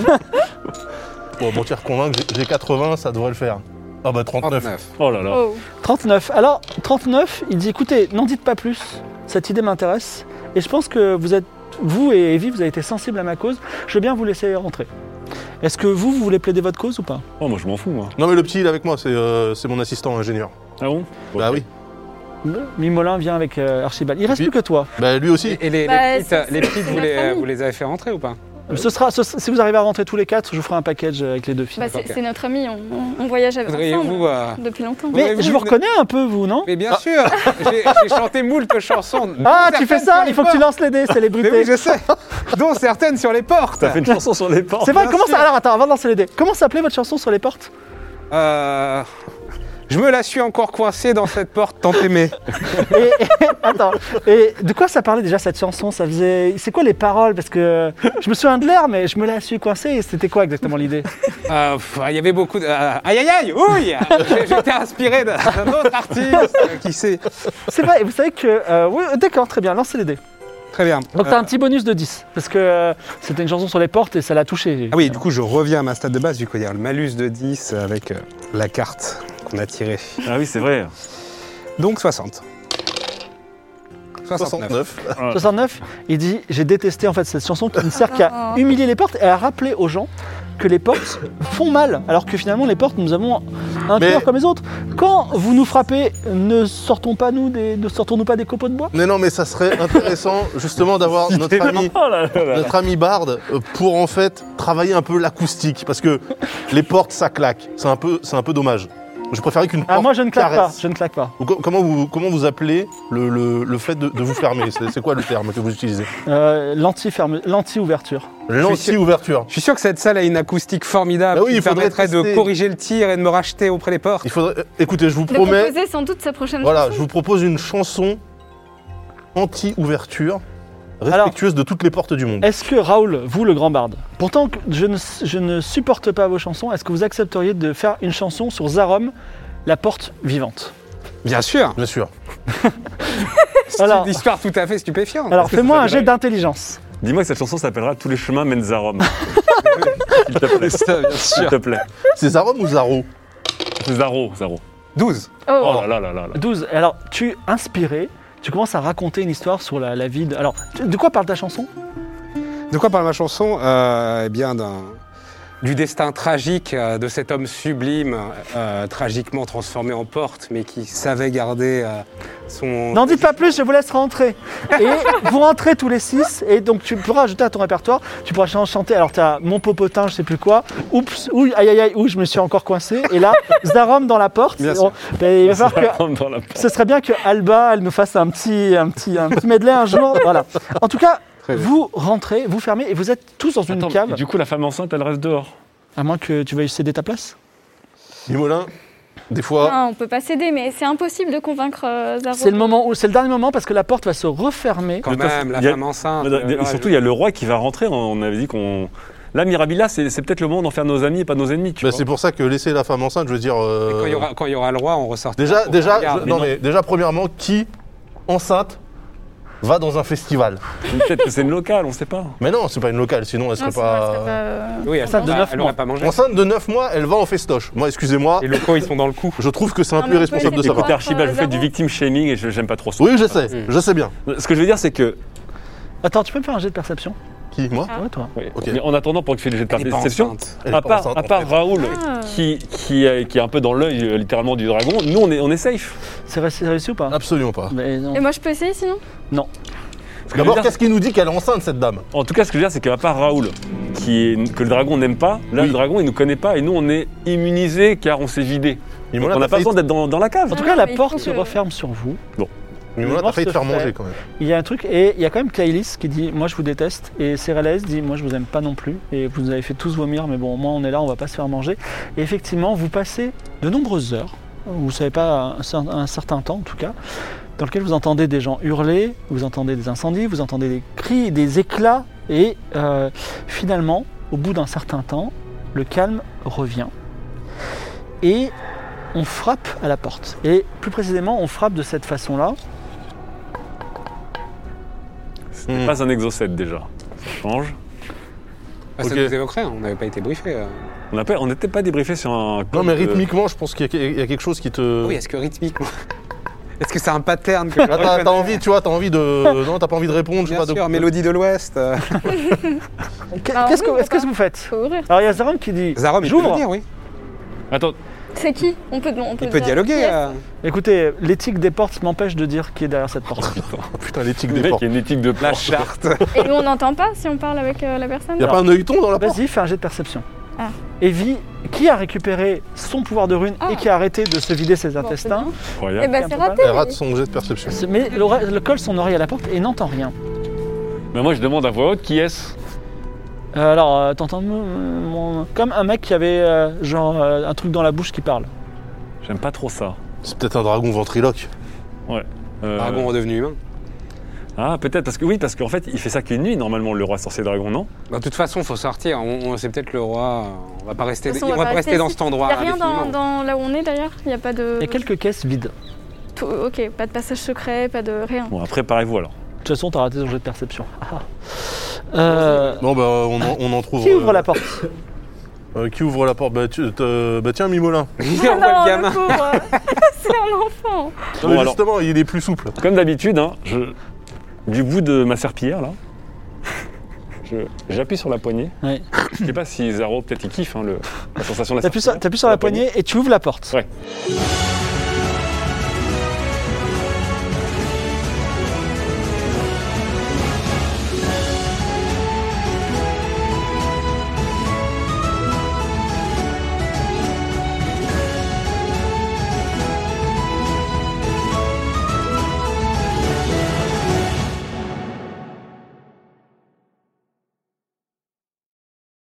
Speaker 4: Bon, mentir convaincre, j'ai- j'ai 80, ça devrait le faire. Ah bah 39.
Speaker 5: 39.
Speaker 7: Oh là là.
Speaker 8: Oh.
Speaker 3: 39. Alors, 39, il dit écoutez, n'en dites pas plus, cette idée m'intéresse, et je pense que vous êtes, vous et Evie, vous avez été sensibles à ma cause, je veux bien vous laisser rentrer. Est-ce que vous, vous voulez plaider votre cause ou pas
Speaker 7: Oh, moi, je m'en fous, moi.
Speaker 4: Non mais le petit il est avec moi, c'est euh, c'est mon assistant ingénieur.
Speaker 7: Ah bon
Speaker 4: Bah
Speaker 7: Ok.
Speaker 4: oui.
Speaker 3: Mimolin vient avec euh, Archibald. Il reste
Speaker 4: Et
Speaker 3: plus
Speaker 4: puis-
Speaker 3: que toi.
Speaker 4: Bah lui aussi.
Speaker 5: Et, et les, les
Speaker 8: Bah,
Speaker 5: petites,
Speaker 8: c'est-
Speaker 5: les petites,
Speaker 8: c'est
Speaker 5: vous,
Speaker 8: la
Speaker 5: les,
Speaker 8: famille.
Speaker 5: vous les avez fait rentrer ou pas
Speaker 3: Ce sera, ce- si vous arrivez à rentrer tous les quatre, je vous ferai un package euh, avec les deux filles.
Speaker 8: Bah, c'est
Speaker 5: Ok.
Speaker 8: c'est notre ami, on, on- on voyage avec ensemble
Speaker 5: Voudriez-vous. euh,
Speaker 8: depuis longtemps.
Speaker 3: Mais
Speaker 5: vous-
Speaker 3: je vous reconnais un peu, vous, non
Speaker 5: Mais bien sûr J'ai j'ai chanté moult chansons.
Speaker 3: Ah,
Speaker 5: dont
Speaker 3: tu fais
Speaker 5: certaines
Speaker 3: ça
Speaker 5: sur
Speaker 3: Il
Speaker 5: les
Speaker 3: faut que tu lances
Speaker 5: portes.
Speaker 3: les dés,
Speaker 5: Mais oui,
Speaker 3: célébrité.
Speaker 5: je sais Dont certaines sur les portes
Speaker 7: T'as fait une chanson sur les portes.
Speaker 3: C'est vrai,
Speaker 5: bien
Speaker 3: comment ça
Speaker 5: sûr.
Speaker 3: Alors attends, avant de lancer les dés, comment s'appelait votre chanson sur les portes
Speaker 5: Euh, Je me la suis encore coincée dans cette porte tant aimée.
Speaker 3: et, et- attends, et de quoi ça parlait déjà cette chanson Ça faisait, c'est quoi les paroles Parce que euh, je me souviens de l'air, mais je me la suis coincée. Et c'était quoi exactement l'idée
Speaker 5: Euh, pff, Il y avait beaucoup de. euh, Aïe aïe aïe Ouille J'ai- J'étais inspiré d'un d'un autre artiste euh, qui sait.
Speaker 3: C'est vrai. et Vous savez que, euh, oui, d'accord, très bien, lancez les dés.
Speaker 5: Très bien.
Speaker 3: Donc
Speaker 5: Euh,
Speaker 3: t'as un petit bonus de 10 parce que euh, c'était une chanson sur les portes et ça l'a touché.
Speaker 5: Ah oui, du coup, je reviens à ma stade de base. Du coup, il y a le malus de 10 avec euh, la carte qu'on a tirée.
Speaker 7: Ah oui, c'est vrai.
Speaker 5: Donc 60. 69.
Speaker 4: 69.
Speaker 3: 69, il dit J'ai détesté en fait cette chanson qui ne sert qu'à humilier les portes et à rappeler aux gens que les portes font mal, alors que finalement les portes, nous avons un
Speaker 4: Mais-
Speaker 3: cœur comme les autres. Quand vous nous frappez, ne sortons pas nous des, ne sortons-nous pas des copeaux de bois
Speaker 4: Mais non, mais ça serait intéressant justement d'avoir notre ami,
Speaker 7: Oh là là là.
Speaker 4: notre ami Bard euh, pour en fait travailler un peu l'acoustique parce que les portes ça claque. C'est un peu, c'est un peu dommage. Je préférais qu'une porte.
Speaker 3: Ah moi je ne claque
Speaker 4: caresse.
Speaker 3: pas, je ne claque pas.
Speaker 4: Ou co- comment vous comment vous appelez le, le- le fait de, de vous fermer C'est c'est quoi le terme que vous utilisez
Speaker 3: Euh, L'anti-ferme, l'anti-ouverture.
Speaker 4: L'anti ouverture.
Speaker 5: Je suis sûr que cette salle a une acoustique
Speaker 4: Bah
Speaker 5: formidable
Speaker 4: oui, il
Speaker 5: qui me
Speaker 4: faudrait
Speaker 5: permettrait de
Speaker 4: tester.
Speaker 5: corriger le tir et de me racheter auprès des portes.
Speaker 4: Il faudrait. euh, Écoutez, je vous
Speaker 8: De
Speaker 4: promets.
Speaker 8: proposer sans doute sa prochaine
Speaker 4: Voilà,
Speaker 8: chanson.
Speaker 4: je vous propose une chanson anti ouverture respectueuse de toutes les portes du monde.
Speaker 3: Est-ce que Raoul, vous le grand barde, pourtant que je ne, je ne supporte pas vos chansons, est-ce que vous accepteriez de faire une chanson sur Zarom, la porte vivante
Speaker 5: Bien sûr.
Speaker 4: Bien sûr.
Speaker 5: C'est
Speaker 3: Alors-
Speaker 5: une histoire tout à fait stupéfiante.
Speaker 3: Alors fais-moi un jet
Speaker 5: jet
Speaker 3: d'intelligence.
Speaker 7: Dis-moi que cette chanson s'appellera Tous les chemins mènent à Rome. S'il te plaît.
Speaker 5: Ça, bien
Speaker 7: S'il
Speaker 5: sûr.
Speaker 7: te plaît.
Speaker 4: C'est Zarom ou Zaro
Speaker 7: Zaro, Zaro.
Speaker 5: 12.
Speaker 8: Oh.
Speaker 7: Oh là là là là. là.
Speaker 3: 12. Alors tu, inspiré, tu commences à raconter une histoire sur la, la vie de... Alors, tu- de quoi parle ta chanson
Speaker 5: De quoi parle ma chanson Euh, Eh bien, d'un, du destin tragique euh, de cet homme sublime, euh, tragiquement transformé en porte, mais qui savait garder euh, son.
Speaker 3: N'en dites pas plus, je vous laisse rentrer. Et vous rentrez tous les six, et donc tu pourras ajouter à ton répertoire, tu pourras chan- chanter, alors tu as Mon popotin, je sais plus quoi, Oups, ouille, aïe aïe aïe, ouh, je me suis encore coincé, et là, Zarom dans la porte.
Speaker 5: Bien
Speaker 3: Et
Speaker 5: sûr.
Speaker 3: on- ben, il va falloir que
Speaker 7: Rome dans la porte.
Speaker 3: ce serait bien que Alba, elle nous fasse un petit, un petit, un petit medley un jour. Voilà. En tout cas,
Speaker 5: Très bien.
Speaker 3: vous rentrez, vous fermez, et vous êtes tous dans une
Speaker 7: Attends,
Speaker 3: cave,
Speaker 7: et du coup, la femme enceinte, elle reste dehors.
Speaker 3: à moins que tu veuilles céder ta place.
Speaker 4: Limolin, des fois.
Speaker 8: Ah, on peut pas céder, mais c'est impossible de convaincre euh, Zaro.
Speaker 3: C'est le moment où, c'est le dernier moment parce que la porte va se refermer.
Speaker 5: Quand
Speaker 7: Le tof-
Speaker 5: même, la
Speaker 7: il y a-
Speaker 5: femme enceinte.
Speaker 7: Mais
Speaker 5: euh,
Speaker 7: Et surtout, il y a le roi qui va rentrer. On avait dit qu'on. Là, Mirabilla, c'est c'est peut-être le moment d'en faire nos amis et pas nos ennemis. Tu
Speaker 4: bah,
Speaker 7: vois.
Speaker 4: c'est pour ça que laisser la femme enceinte, je veux dire. euh,
Speaker 5: Et Quand il y aura- quand il y, aura le roi, on ressortira.
Speaker 4: Déjà,
Speaker 5: pour
Speaker 4: déjà,
Speaker 5: regarder.
Speaker 4: je- non, mais déjà, premièrement, qui enceinte va dans un festival
Speaker 7: Peut-être que c'est une locale, on sait pas.
Speaker 4: Mais non, c'est pas une locale, sinon elle serait
Speaker 8: Non, sinon, elle
Speaker 4: pas.
Speaker 8: serait pas, euh,
Speaker 5: Oui, elle
Speaker 3: Ça, de
Speaker 5: Ah, elle
Speaker 3: neuf
Speaker 5: aurait
Speaker 3: mois.
Speaker 5: pas mangé.
Speaker 4: Enceinte de 9 mois, elle va en festoche. Moi, excusez-moi,
Speaker 5: Les locaux, ils sont dans le coup.
Speaker 4: je trouve que c'est un
Speaker 8: Non,
Speaker 4: peu
Speaker 8: mais on
Speaker 4: irresponsable de
Speaker 8: peut les
Speaker 4: sa part.
Speaker 7: Écoutez, Archibald, je fais du
Speaker 8: Zaro.
Speaker 7: victim shaming et je- j'aime pas trop ça.
Speaker 4: Oui, je sais,
Speaker 5: Mm.
Speaker 4: je sais bien.
Speaker 7: Ce que je veux dire, c'est que.
Speaker 3: Attends, tu peux me faire un jet de perception
Speaker 4: Qui Moi
Speaker 3: Ouais, toi.
Speaker 4: Ok.
Speaker 7: mais En attendant, pour que tu fais le jet de
Speaker 5: Elle est pas
Speaker 7: perception,
Speaker 5: enceinte.
Speaker 4: Elle est
Speaker 7: à
Speaker 4: pas
Speaker 7: part,
Speaker 4: enceinte,
Speaker 7: à
Speaker 4: en
Speaker 7: part
Speaker 4: fait.
Speaker 7: Raoul,
Speaker 8: Ah.
Speaker 7: qui, qui, est- qui est un peu dans l'œil euh, littéralement du dragon, nous, on est, on est safe.
Speaker 3: C'est réussi, c'est réussi ou pas
Speaker 4: Absolument pas.
Speaker 3: Mais non.
Speaker 8: Et moi, je peux essayer sinon
Speaker 7: Ce que je veux
Speaker 4: D'abord,
Speaker 7: dire,
Speaker 4: qu'est-ce qui nous dit qu'elle est enceinte, cette dame
Speaker 7: En tout cas, ce que je veux dire, c'est qu'à part Raoul, qui est- que le dragon n'aime pas, là,
Speaker 4: Oui.
Speaker 7: le dragon, il nous connaît pas et nous, on est immunisés car on s'est vidé.
Speaker 4: Il
Speaker 7: Donc, on n'a pas besoin d'être dans, dans la cave.
Speaker 3: En tout cas, la
Speaker 8: Ah, mais il
Speaker 3: porte
Speaker 8: faut
Speaker 3: se
Speaker 8: que-
Speaker 3: referme sur vous.
Speaker 4: t'as failli te faire
Speaker 3: Divorce se
Speaker 4: manger
Speaker 3: fait.
Speaker 4: quand même.
Speaker 3: Il y a un truc, et il y a quand même Kailis qui dit Moi je vous déteste, et Serales dit Moi je vous aime pas non plus, et vous nous avez fait tous vomir, mais bon, au moins on est là, on va pas se faire manger. Et effectivement, vous passez de nombreuses heures, vous savez pas, un, cer- un certain temps en tout cas, dans lequel vous entendez des gens hurler, vous entendez des incendies, vous entendez des cris, des éclats, et euh, finalement, au bout d'un certain temps, le calme revient. Et on frappe à la porte. Et plus précisément, on frappe de cette façon-là.
Speaker 4: Hmm.
Speaker 7: Pas un exocète déjà. Ça change.
Speaker 5: Ah, Ça
Speaker 4: Ok.
Speaker 5: nous évoquerait, on n'avait pas été briefé. euh.
Speaker 7: On n'a pas- on n'était pas débriefé sur un.
Speaker 4: Non, mais
Speaker 7: code, euh,
Speaker 4: rythmiquement, je pense qu'il y, a- il y a quelque chose qui te.
Speaker 5: Oui, est-ce que rythmiquement Est-ce que c'est un pattern que je
Speaker 4: Là, t'as-
Speaker 5: reconnais
Speaker 4: t'as envie, tu vois, t'as envie de. Non, t'as pas envie de répondre, je sais
Speaker 5: Bien
Speaker 4: pas. Oh de-
Speaker 5: sûr, Mélodie de l'Ouest. euh.
Speaker 8: Ah,
Speaker 3: Qu'est-ce
Speaker 8: oui,
Speaker 3: que, est-ce que
Speaker 8: d'accord.
Speaker 3: vous faites
Speaker 8: Faut ouvrir.
Speaker 3: Alors il y a Zaram qui dit
Speaker 5: Zarom, il peut le
Speaker 3: J'ouvre.
Speaker 5: dire, oui.
Speaker 7: Attends,
Speaker 8: C'est qui On peut, on peut,
Speaker 5: Il peut
Speaker 8: dire-
Speaker 5: dialoguer.
Speaker 8: Yes.
Speaker 5: euh.
Speaker 3: Écoutez, l'éthique des portes m'empêche de dire qui est derrière cette porte.
Speaker 4: Oh, Putain, l'éthique
Speaker 7: le
Speaker 4: des
Speaker 7: mec,
Speaker 4: portes.
Speaker 7: il y a une éthique de
Speaker 5: La
Speaker 7: plage.
Speaker 5: charte.
Speaker 8: Et nous, on n'entend pas si on parle avec euh, la personne
Speaker 4: Y a pas un œilleton dans la porte
Speaker 3: Vas-y, fais un jet de perception.
Speaker 8: Ah.
Speaker 3: Evie, qui a récupéré son pouvoir de rune
Speaker 8: Ah.
Speaker 3: et qui a arrêté de se vider ses
Speaker 8: Bon, c'est
Speaker 3: intestins,
Speaker 8: bien. Eh
Speaker 7: Incroyable.
Speaker 8: ben, c'est raté.
Speaker 4: Elle rate son jet de perception.
Speaker 3: se- mais l'ore- le colle son oreille à la porte et n'entend rien.
Speaker 7: Mais moi, je demande à voix haute qui est-ce
Speaker 3: Euh, alors, euh, t'entends mon- mon- comme un mec qui avait euh, genre euh, un truc dans la bouche qui parle.
Speaker 8: Euh,
Speaker 7: J'aime pas trop ça.
Speaker 4: C'est peut-être un dragon ventriloque.
Speaker 7: Euh,
Speaker 5: Dragon redevenu humain.
Speaker 7: Ah, peut-être, parce que oui, parce qu'en fait, il fait ça qu'une nuit, normalement, le roi sorcier dragon, non
Speaker 5: Bah, De toute façon, faut sortir. On, on- c'est peut-être le roi. euh, On va pas rester.
Speaker 8: De toute
Speaker 5: on
Speaker 8: façon,
Speaker 5: va pas rester dans
Speaker 8: ici.
Speaker 5: cet endroit.
Speaker 8: Y a rien dans,
Speaker 5: indéfiniment.
Speaker 8: dans là où on est d'ailleurs Il n'y a pas de.
Speaker 3: Il y a quelques caisses vides.
Speaker 8: tout- Ok, pas de passage secret, pas de rien.
Speaker 7: Bon, après, préparez-vous alors.
Speaker 3: De toute façon, t'as raté ton jet de perception. Ah. Euh,
Speaker 4: Non, bah, on en, on en trouve.
Speaker 3: qui ouvre
Speaker 4: euh,
Speaker 3: la porte
Speaker 4: euh, Qui ouvre la porte bah, tu- te- bah, tiens, Mimolin.
Speaker 5: Il
Speaker 8: Ah non,
Speaker 5: envoie le
Speaker 8: le
Speaker 5: gamin.
Speaker 8: pauvre. C'est un enfant
Speaker 4: Non,
Speaker 7: Bon,
Speaker 4: mais
Speaker 7: alors.
Speaker 4: Euh, justement, il est plus souple.
Speaker 7: Comme d'habitude, hein, je, du bout de ma serpillière, là, je- j'appuie sur la poignée.
Speaker 3: Ouais.
Speaker 7: Je sais pas si Zaro, peut-être, il kiffe hein, le- la sensation de la
Speaker 5: Oh,
Speaker 3: T'appuies sur,
Speaker 7: serpillière.
Speaker 3: t'appuies sur la poignée et tu ouvres la porte.
Speaker 7: Ouais.